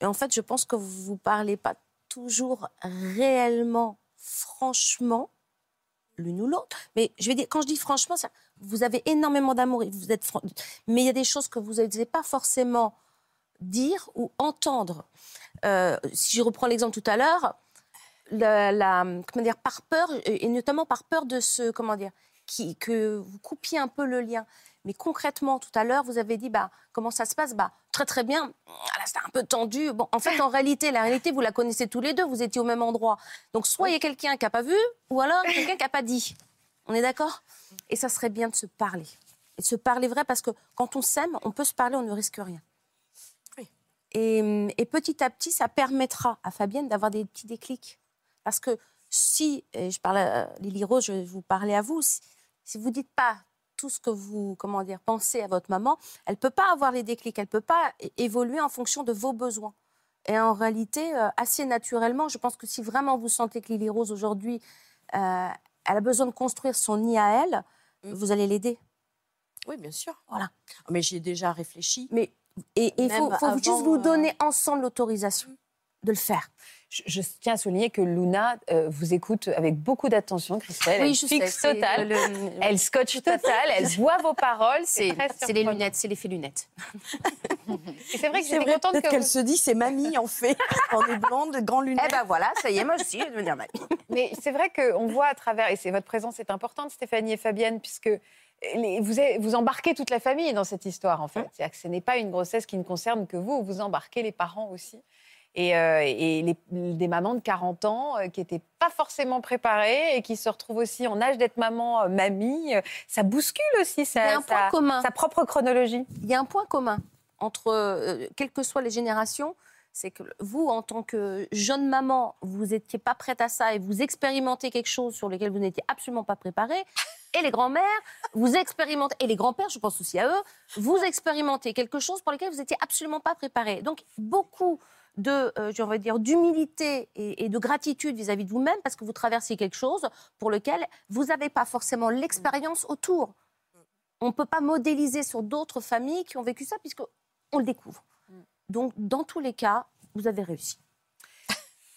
Mais en fait, je pense que vous ne vous parlez pas toujours réellement, franchement, l'une ou l'autre. Mais je vais dire, quand je dis franchement, c'est- vous avez énormément d'amour. et Vous êtes fran- Mais il y a des choses que vous n'osez pas forcément dire ou entendre. Euh, si je reprends l'exemple tout à l'heure, la, la- comment dire, par peur, et et notamment par peur de ce, comment dire, qui, que vous coupiez un peu le lien. Mais concrètement, tout à l'heure, vous avez dit bah, comment ça se passe bah, Très très bien, Ah là, c'était un peu tendu. Bon, en fait, en réalité, la réalité, vous la connaissez tous les deux, vous étiez au même endroit. Donc, soit il y a quelqu'un qui n'a pas vu, ou alors quelqu'un qui n'a pas dit. On est d'accord Et ça serait bien de se parler. Et de se parler vrai, parce que quand on s'aime, on peut se parler, on ne risque rien. Et, et petit à petit, ça permettra à Fabienne d'avoir des petits déclics. Parce que si, et je parle à euh, Lily Rose, je vais vous parler à vous, si, si vous ne dites pas tout ce que vous comment dire, pensez à votre maman, elle ne peut pas avoir les déclics, elle ne peut pas é- évoluer en fonction de vos besoins. Et en réalité, euh, assez naturellement, je pense que si vraiment vous sentez que Lily Rose aujourd'hui, euh, elle a besoin de construire son nid à elle, vous allez l'aider.
Oui, bien sûr.
Voilà.
Mais j'ai déjà réfléchi.
Mais Et il
Même
faut, faut
avant,
juste vous
euh,
donner ensemble l'autorisation de le faire.
Je, je tiens à souligner que Luna euh, vous écoute avec beaucoup d'attention, Christelle.
Oui,
elle
je
fixe
sais, c'est
totale.
le- le-
Elle scotche totale. Elle voit vos paroles. C'est très
c'est les lunettes, c'est l'effet lunettes.
Et c'est vrai que
C'est
j'étais
vrai,
contente
peut-être
que
qu'elle
vous-
se dit, c'est mamie en fait, on est blonde, grand lunettes.
Eh ben voilà, ça y est, moi aussi, je vais devenir mamie.
Mais c'est vrai qu'on voit à travers, et c'est votre présence est importante, Stéphanie et Fabienne, puisque eh, les- vous, avez- vous embarquez toute la famille dans cette histoire, en fait. C'est-à-dire que ce n'est pas une grossesse qui ne concerne que vous, vous embarquez les parents aussi. Et, euh, et les- des mamans de 40 ans euh, qui n'étaient pas forcément préparées et qui se retrouvent aussi en âge d'être maman, euh, mamie, euh, ça bouscule aussi ça,
Il y a un point
ça-
commun.
sa propre chronologie.
Il y a un point commun entre, euh, quelles que soient les générations, c'est que vous, en tant que jeune maman, vous n'étiez pas prête à ça et vous expérimentez quelque chose sur lequel vous n'étiez absolument pas préparée. Et les grands-mères, vous expérimentez, et les grands-pères, je pense aussi à eux, vous expérimentez quelque chose pour lequel vous n'étiez absolument pas préparé. Donc, beaucoup de, euh, j'ai envie de dire, d'humilité et, et de gratitude vis-à-vis de vous-même parce que vous traversiez quelque chose pour lequel vous n'avez pas forcément l'expérience autour. On ne peut pas modéliser sur d'autres familles qui ont vécu ça puisque on le découvre. Donc, dans tous les cas, vous avez réussi.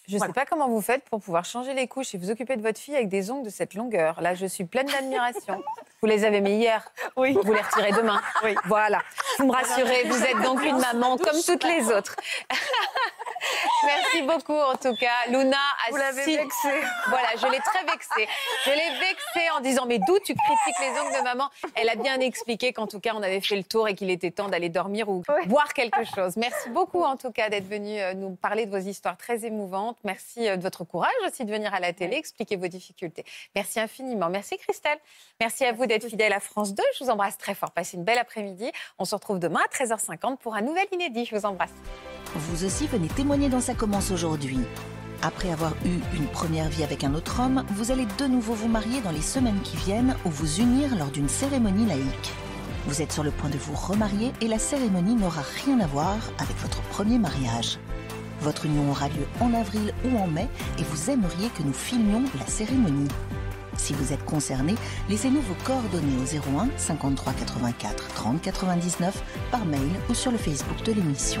Je ne sais pas comment vous faites pour pouvoir changer les couches et vous occuper de votre fille avec des ongles de cette longueur. Là, je suis pleine d'admiration. Vous les avez mis hier. Oui. Vous les retirez demain. Oui. Voilà. Vous me rassurez, vous êtes donc une maman comme toutes les autres. Merci beaucoup en tout cas. Luna a
Vous l'avez
si-
vexée.
Voilà, je l'ai très vexée. Je l'ai vexée en disant mais d'où tu critiques les ongles de maman Elle a bien expliqué qu'en tout cas on avait fait le tour et qu'il était temps d'aller dormir ou boire quelque chose. Merci beaucoup en tout cas d'être venu euh, nous parler de vos histoires très émouvantes. Merci euh, de votre courage aussi de venir à la télé expliquer vos difficultés. Merci infiniment. Merci Christelle. Merci à vous d'être fidèle à France 2. Je vous embrasse très fort. Passez une belle après-midi. On se retrouve demain à 13h50 pour un nouvel inédit. Je vous embrasse.
Vous aussi venez témoigner dans Ça commence aujourd'hui. Après avoir eu une première vie avec un autre homme, vous allez de nouveau vous marier dans les semaines qui viennent ou vous unir lors d'une cérémonie laïque. Vous êtes sur le point de vous remarier et la cérémonie n'aura rien à voir avec votre premier mariage. Votre union aura lieu en avril ou en mai et vous aimeriez que nous filmions la cérémonie. Si vous êtes concerné, laissez-nous vos coordonnées au 01 53 84 30 99 par mail ou sur le Facebook de l'émission.